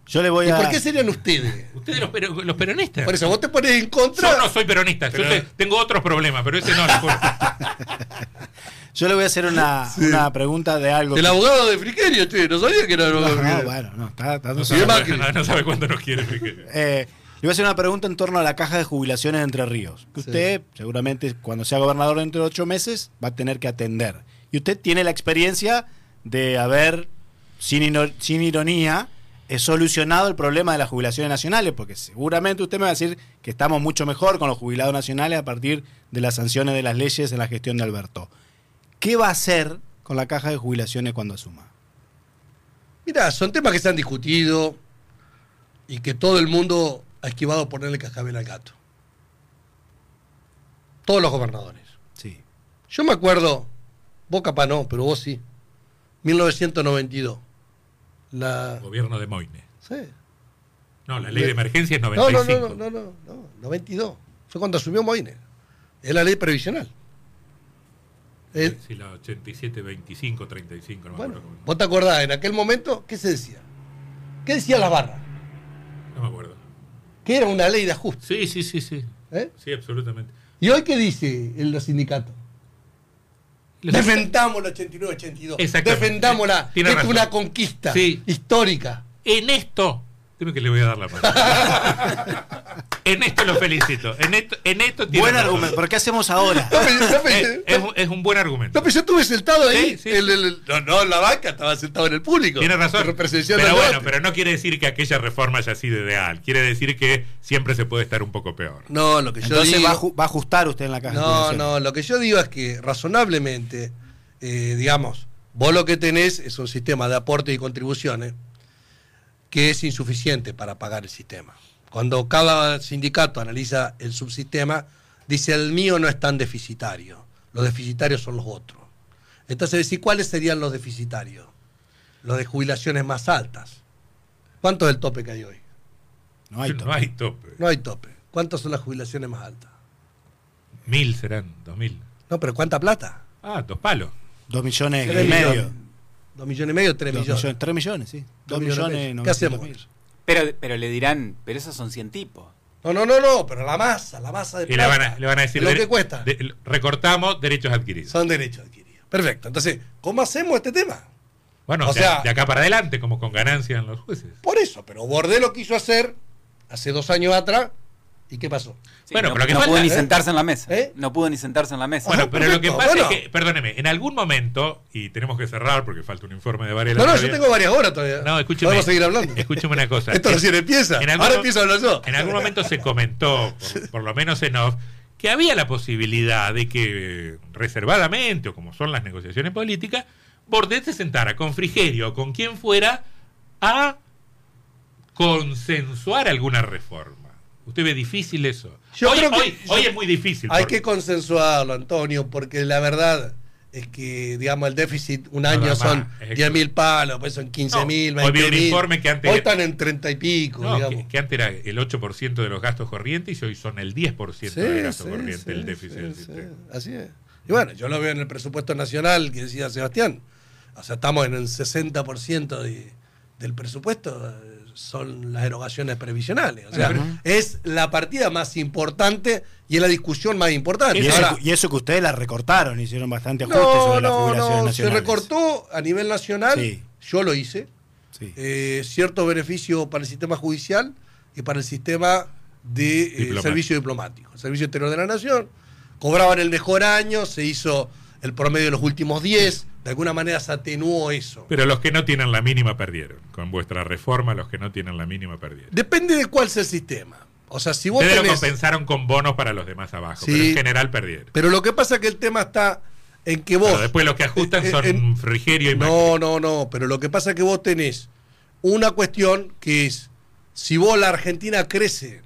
Speaker 3: Yo le voy
Speaker 2: ¿Y
Speaker 3: a.
Speaker 2: por qué serían ustedes?
Speaker 1: Ustedes los, pero- los peronistas.
Speaker 2: Por eso vos te pones en contra.
Speaker 1: Yo no soy peronista. yo
Speaker 2: Pero-
Speaker 1: te- tengo otros problemas, pero ese no. no
Speaker 2: [laughs]
Speaker 1: puedo.
Speaker 3: Yo le voy a hacer una, una pregunta de algo.
Speaker 2: El
Speaker 3: que-
Speaker 2: abogado de Frigerio, che, no sabía que era el abogado
Speaker 3: No,
Speaker 2: de Frigerio.
Speaker 3: bueno, no, está, está-
Speaker 1: no,
Speaker 2: Sí,
Speaker 1: sabe,
Speaker 2: Macri.
Speaker 1: no- no sabe cuándo nos quiere. Enrique.
Speaker 3: Eh, le voy a hacer una pregunta en torno a la caja de jubilaciones de Entre Ríos. Que
Speaker 2: Sí.
Speaker 3: usted, seguramente, cuando sea gobernador dentro de ocho meses, va a tener que atender. Y usted tiene la experiencia de haber, sin, ino- sin ironía, eh, solucionado el problema de las jubilaciones nacionales, porque seguramente usted me va a decir que estamos mucho mejor con los jubilados nacionales a partir de las sanciones de las leyes en la gestión de Alberto. ¿Qué va a hacer con la caja de jubilaciones cuando asuma?
Speaker 2: Mirá, son temas que se han discutido y que todo el mundo ha esquivado ponerle cascabel al gato. Todos los gobernadores.
Speaker 3: Sí.
Speaker 2: Yo me acuerdo, vos capaz no, pero vos sí, 1992. La,
Speaker 1: Gobierno de Moine.
Speaker 2: sí.
Speaker 1: No, la ley de emergencia es
Speaker 2: No,
Speaker 1: 95.
Speaker 2: no, no, no, no, no, 92. Fue cuando asumió Moines. Es la ley previsional. Es-
Speaker 1: Sí, la 87, 25, 35. No me
Speaker 2: Eh, bueno,
Speaker 1: acuerdo cómo-
Speaker 2: vos te acordás, en aquel momento, ¿qué se decía? ¿Qué decía la barra?
Speaker 1: No me acuerdo.
Speaker 2: Que era una ley de ajuste.
Speaker 1: Sí, sí, sí, sí.
Speaker 2: ¿eh?
Speaker 1: Sí, absolutamente.
Speaker 2: ¿Y hoy qué dice el los sindicatos?
Speaker 1: Los-
Speaker 2: Defendamos la 89-82.
Speaker 1: Exactamente.
Speaker 2: Defendámosla.
Speaker 1: Tiene
Speaker 2: es
Speaker 1: razón.
Speaker 2: una conquista
Speaker 1: Sí.
Speaker 2: histórica.
Speaker 1: En esto, dime que le voy a dar la mano.
Speaker 2: [laughs]
Speaker 1: en esto lo felicito. En esto, en esto tiene
Speaker 3: Buen
Speaker 1: razón. Eh,
Speaker 3: argumento, pero ¿qué hacemos ahora?
Speaker 2: No,
Speaker 1: [laughs]
Speaker 2: pero, no, pero-
Speaker 1: Es, es un- es un buen argumento.
Speaker 2: no, pero yo estuve sentado ahí.
Speaker 1: Sí, sí,
Speaker 2: el- el- el- no, no, en la banca, estaba sentado en el público.
Speaker 1: Tiene razón.
Speaker 2: Pero presenciando
Speaker 1: Pero
Speaker 2: el
Speaker 1: bueno,
Speaker 2: debate.
Speaker 1: pero no quiere decir que aquella reforma haya sido ideal. Quiere decir que siempre se puede estar un poco peor.
Speaker 2: No, lo que yo
Speaker 3: Entonces
Speaker 2: digo.
Speaker 3: va, a ju- va a ajustar usted en la caja de
Speaker 2: No,
Speaker 3: jubilaciones.
Speaker 2: no, lo que yo digo es que razonablemente, eh, digamos, vos lo que tenés es un sistema de aportes y contribuciones que es insuficiente para pagar el sistema. Cuando cada sindicato analiza el subsistema, dice el mío no es tan deficitario, los deficitarios son los otros. Entonces decís, ¿cuáles serían los deficitarios? Los de jubilaciones más altas. ¿Cuánto es el tope que hay hoy?
Speaker 3: No hay
Speaker 1: no hay tope.
Speaker 2: No hay tope. ¿Cuántas son las jubilaciones más altas?
Speaker 1: Mil serán, dos mil.
Speaker 2: No, pero ¿cuánta plata?
Speaker 1: Ah, dos palos.
Speaker 3: Dos millones
Speaker 2: Tres
Speaker 3: y medio.
Speaker 2: millones. Dos millones y medio, tres
Speaker 3: Dos
Speaker 2: millones.
Speaker 3: millones, tres millones, sí. Dos,
Speaker 2: Dos millones
Speaker 3: millones.
Speaker 2: de pesos. ¿Qué
Speaker 3: 900
Speaker 2: hacemos?
Speaker 3: mil.
Speaker 4: Pero, pero le dirán, pero esos son 100 tipos.
Speaker 2: No, no, no, no, pero la masa, la masa de
Speaker 1: Y le van a,
Speaker 2: plata,
Speaker 1: le van a decir.
Speaker 2: Lo
Speaker 1: dere-
Speaker 2: que cuesta.
Speaker 1: de- recortamos derechos adquiridos.
Speaker 2: Son derechos adquiridos. Perfecto. Entonces, ¿cómo hacemos este tema?
Speaker 1: Bueno,
Speaker 2: O
Speaker 1: de,
Speaker 2: sea-
Speaker 1: de acá para adelante, como con ganancia en los jueces.
Speaker 2: Por eso, pero Bordé lo quiso hacer hace dos años atrás. ¿Y qué pasó?
Speaker 4: Sí,
Speaker 1: Bueno,
Speaker 4: no,
Speaker 1: pero lo que
Speaker 4: no
Speaker 1: falta-
Speaker 4: pudo ni
Speaker 1: ¿Eh?
Speaker 4: sentarse en la mesa.
Speaker 2: ¿Eh?
Speaker 4: No pudo ni sentarse en la mesa.
Speaker 1: Bueno,
Speaker 2: Ah,
Speaker 1: pero lo que
Speaker 2: perfecto,
Speaker 1: pasa es
Speaker 2: bueno.
Speaker 1: que, perdóneme, en algún momento, y tenemos que cerrar porque falta un informe de Varela.
Speaker 2: No, no, yo
Speaker 1: todavía.
Speaker 2: tengo varias horas todavía.
Speaker 1: No, escúcheme.
Speaker 2: Vamos a seguir hablando.
Speaker 1: Escúcheme una cosa.
Speaker 2: Esto
Speaker 1: En-
Speaker 2: recién empieza.
Speaker 1: en algún
Speaker 2: Ahora
Speaker 1: mo-
Speaker 2: empiezo a hablar yo.
Speaker 1: En algún momento se comentó, por, por lo menos en off, que había la posibilidad de que, eh, reservadamente, o como son las negociaciones políticas, Bordet se sentara con Frigerio o con quien fuera a consensuar alguna reforma. Usted ve difícil eso.
Speaker 2: Yo
Speaker 1: hoy,
Speaker 2: creo que-
Speaker 1: hoy-
Speaker 2: yo-
Speaker 1: hoy es muy difícil.
Speaker 2: Hay
Speaker 1: porque-
Speaker 2: que consensuarlo, Antonio, porque la verdad es que, digamos, el déficit un año
Speaker 1: Nada
Speaker 2: son
Speaker 1: más, es-
Speaker 2: 10 mil palos, después son 15 mil,
Speaker 1: No, hoy vi un
Speaker 2: 20 mil.
Speaker 1: informe que antes-
Speaker 2: Hoy están en 30 y pico,
Speaker 1: No,
Speaker 2: digamos.
Speaker 1: que, que antes era el 8% de los gastos corrientes y hoy son el 10%
Speaker 2: Sí,
Speaker 1: del gasto
Speaker 2: sí,
Speaker 1: corriente,
Speaker 2: sí,
Speaker 1: el déficit
Speaker 2: sí,
Speaker 1: del
Speaker 2: sí,
Speaker 1: sistema.
Speaker 2: Así es. Y bueno, yo lo veo en el presupuesto nacional que decía Sebastián. O sea, estamos en el 60% de- del presupuesto, eh, son las erogaciones previsionales. O sea, es la partida más importante y es la discusión más importante.
Speaker 3: Y eso,
Speaker 2: Ahora,
Speaker 3: y eso que ustedes la recortaron, hicieron bastante ajustes
Speaker 2: no,
Speaker 3: sobre las
Speaker 2: no,
Speaker 3: jubilaciones
Speaker 2: no, se
Speaker 3: nacionales.
Speaker 2: recortó a nivel nacional,
Speaker 3: Sí.
Speaker 2: yo lo hice,
Speaker 3: Sí.
Speaker 2: eh, cierto beneficio para el sistema judicial y para el sistema de eh,
Speaker 1: Diplomático.
Speaker 2: servicio diplomático, el servicio exterior de la nación. Cobraban el mejor año, se hizo el promedio de los últimos 10, de alguna manera se atenuó eso.
Speaker 1: Pero los que no tienen la mínima perdieron. Con vuestra reforma, los que no tienen la mínima perdieron.
Speaker 2: Depende de cuál sea el sistema. O sea, si vos
Speaker 1: Ustedes lo
Speaker 2: tenés...
Speaker 1: compensaron con bonos para los demás abajo,
Speaker 2: Sí.
Speaker 1: pero en general perdieron.
Speaker 2: Pero lo que pasa es que el tema está en que vos...
Speaker 1: Pero después los que ajustan
Speaker 2: eh,
Speaker 1: son
Speaker 2: en-
Speaker 1: Frigerio y Macri.
Speaker 2: No, no, no, pero lo que pasa es que vos tenés una cuestión que es, si vos la Argentina crece,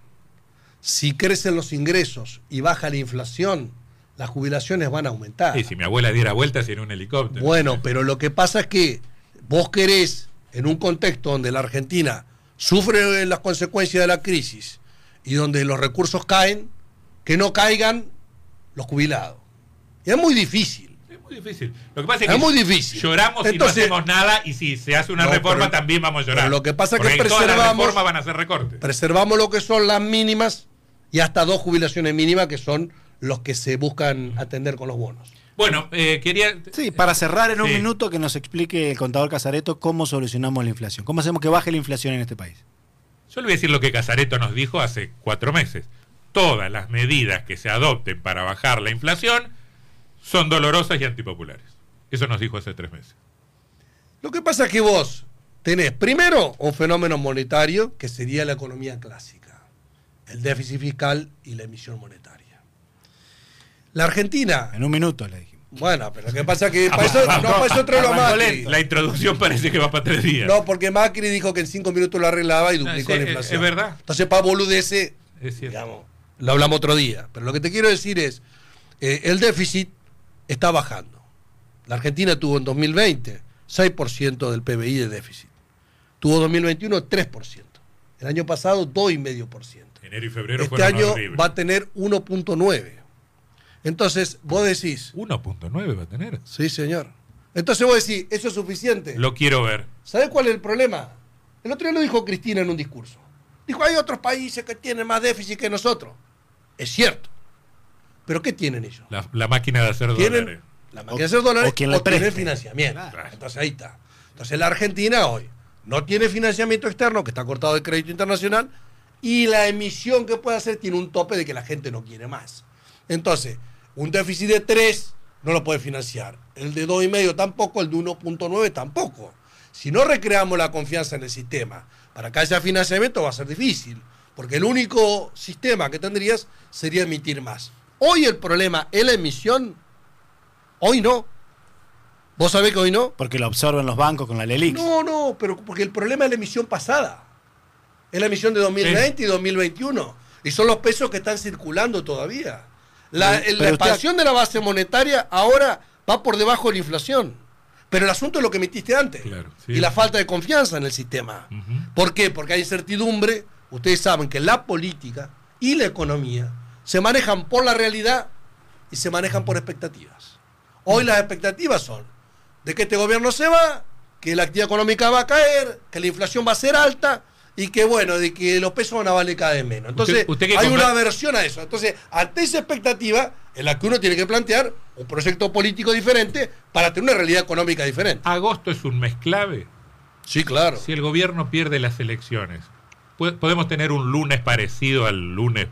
Speaker 2: si crecen los ingresos y baja la inflación, las jubilaciones van a aumentar.
Speaker 1: Y si mi abuela diera vueltas en un helicóptero.
Speaker 2: Bueno, pero lo que pasa es que vos querés, en un contexto donde la Argentina sufre las consecuencias de la crisis y donde los recursos caen, que no caigan los jubilados. Y es muy difícil.
Speaker 1: Es muy difícil. Lo que pasa es
Speaker 2: Es
Speaker 1: que
Speaker 2: muy difícil.
Speaker 1: lloramos
Speaker 2: Entonces-
Speaker 1: y no hacemos nada y si se hace una
Speaker 2: No,
Speaker 1: reforma
Speaker 2: pero-
Speaker 1: también vamos a llorar.
Speaker 2: pero lo que pasa es que
Speaker 1: Porque todas las
Speaker 2: preservamos-
Speaker 1: reformas van a hacer recortes.
Speaker 2: preservamos lo que son las mínimas y hasta dos jubilaciones mínimas que son los que se buscan atender con los bonos.
Speaker 1: Bueno, eh, quería...
Speaker 3: Sí, para cerrar en un
Speaker 1: Sí.
Speaker 3: minuto que nos explique el contador Casareto cómo solucionamos la inflación. ¿Cómo hacemos que baje la inflación en este país?
Speaker 1: Yo le voy a decir lo que Casareto nos dijo hace cuatro meses. Todas las medidas que se adopten para bajar la inflación son dolorosas y antipopulares. Eso nos dijo hace tres meses.
Speaker 2: Lo que pasa es que vos tenés primero un fenómeno monetario que sería la economía clásica, el déficit fiscal y la emisión monetaria. La Argentina,
Speaker 3: En un minuto le dijimos.
Speaker 2: bueno, pero lo que pasa
Speaker 1: [laughs]
Speaker 2: es que para eso,
Speaker 1: Ah,
Speaker 2: no, para eso trae lo Macri.
Speaker 1: La introducción parece que va para tres días.
Speaker 2: No, porque Macri dijo que en cinco minutos lo arreglaba y
Speaker 1: No,
Speaker 2: duplicó
Speaker 1: sí,
Speaker 2: la
Speaker 1: es-
Speaker 2: inflación.
Speaker 1: es verdad.
Speaker 2: Entonces, para boludeces,
Speaker 1: es cierto.
Speaker 2: digamos, lo hablamos otro día. Pero lo que te quiero decir es, eh, el déficit está bajando. La Argentina tuvo en 2020 6% del PBI de déficit. Tuvo 2021 3%. El año pasado 2,5%.
Speaker 1: Enero y febrero
Speaker 2: Este
Speaker 1: fueron
Speaker 2: año
Speaker 1: horribles.
Speaker 2: va a tener 1.9. Entonces, vos decís,
Speaker 1: 1.9 va a tener.
Speaker 2: sí señor. Entonces vos decís, ¿eso es suficiente?
Speaker 1: Lo quiero ver.
Speaker 2: ¿Sabés cuál es el problema? El otro día lo dijo Cristina en un discurso. Dijo, hay otros países que tienen más déficit que nosotros. Es cierto. ¿Pero qué tienen ellos?
Speaker 1: La, la máquina de hacer
Speaker 2: Tienen
Speaker 1: dólares.
Speaker 2: la máquina de hacer dólares
Speaker 3: o quien la
Speaker 2: tienen
Speaker 3: preste.
Speaker 2: financiamiento.
Speaker 1: Claro.
Speaker 2: Entonces ahí está. Entonces la Argentina hoy no tiene financiamiento externo, que está cortado de crédito internacional, y la emisión que puede hacer tiene un tope de que la gente no quiere más. Entonces, un déficit de 3 no lo puede financiar, el de 2,5 tampoco, el de 1,9 tampoco. Si no recreamos la confianza en el sistema, para que haya financiamiento va a ser difícil, porque el único sistema que tendrías sería emitir más. Hoy el problema es la emisión, hoy no. ¿Vos sabés que hoy no?
Speaker 3: Porque lo absorben los bancos con la LELIX.
Speaker 2: No, no, pero porque el problema es la emisión pasada. Es la emisión de 2020 y 2021. Y son los pesos que están circulando todavía. La,
Speaker 3: Pero-
Speaker 2: el- la
Speaker 3: pero usted-
Speaker 2: expansión de la base monetaria ahora va por debajo de la inflación. Pero el asunto es lo que emitiste antes.
Speaker 1: Claro, sí. Mm.
Speaker 2: Y la falta de confianza en el sistema.
Speaker 1: Ujú.
Speaker 2: ¿Por qué? Porque hay incertidumbre. Ustedes saben que la política y la economía se manejan por la realidad y se manejan por expectativas. Hoy las expectativas son de que este gobierno se va, que la actividad económica va a caer, que la inflación va a ser alta y que bueno, de que los pesos van a valer cada vez menos. Entonces,
Speaker 1: Usted- usted que
Speaker 2: hay
Speaker 1: compra-
Speaker 2: una aversión a eso. Entonces, ante esa expectativa en la que uno tiene que plantear un proyecto político diferente para tener una realidad económica diferente.
Speaker 1: Agosto es un mes clave.
Speaker 2: Sí, claro.
Speaker 1: Si el gobierno pierde las elecciones, ¿pu- ¿podemos tener un lunes parecido al lunes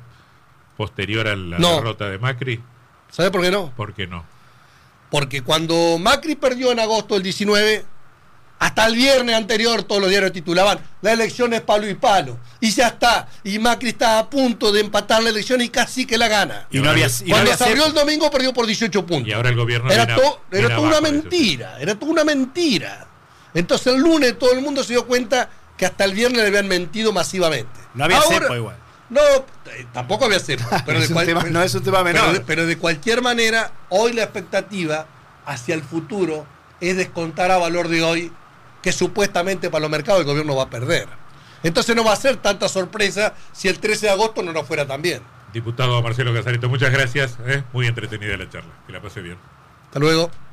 Speaker 1: posterior a la
Speaker 2: No.
Speaker 1: derrota de Macri?
Speaker 2: ¿Sabe por qué no?
Speaker 1: ¿Por qué no?
Speaker 2: Porque cuando Macri perdió en agosto del 19, hasta el viernes anterior todos los diarios titulaban, la elección es palo y palo. Y ya está. Y Macri está a punto de empatar la elección y casi que la gana.
Speaker 3: Y no había, y no
Speaker 2: cuando
Speaker 3: había
Speaker 2: se abrió
Speaker 3: cepo.
Speaker 2: el domingo perdió por 18 puntos.
Speaker 1: Y ahora el gobierno
Speaker 2: era
Speaker 1: viene a-
Speaker 2: to-
Speaker 1: viene
Speaker 2: era toda una
Speaker 1: abajo de eso.
Speaker 2: mentira, era toda una mentira. Entonces el lunes todo el mundo se dio cuenta que hasta el viernes le habían mentido masivamente.
Speaker 3: No había
Speaker 2: Ahora-
Speaker 3: cepo igual.
Speaker 2: No, t- tampoco había
Speaker 3: [laughs]
Speaker 2: cero. Pero
Speaker 3: no,
Speaker 2: de
Speaker 3: es un
Speaker 2: cual-
Speaker 3: tema, no es un tema menor.
Speaker 2: Pero de, pero de cualquier manera, hoy la expectativa hacia el futuro es descontar a valor de hoy que supuestamente para los mercados el gobierno va a perder. Entonces no va a ser tanta sorpresa si el 13 de agosto no nos fuera tan bien.
Speaker 1: Diputado Marcelo Casareto, muchas gracias. ¿eh? Muy entretenida la charla. Que la pase bien.
Speaker 2: Hasta luego.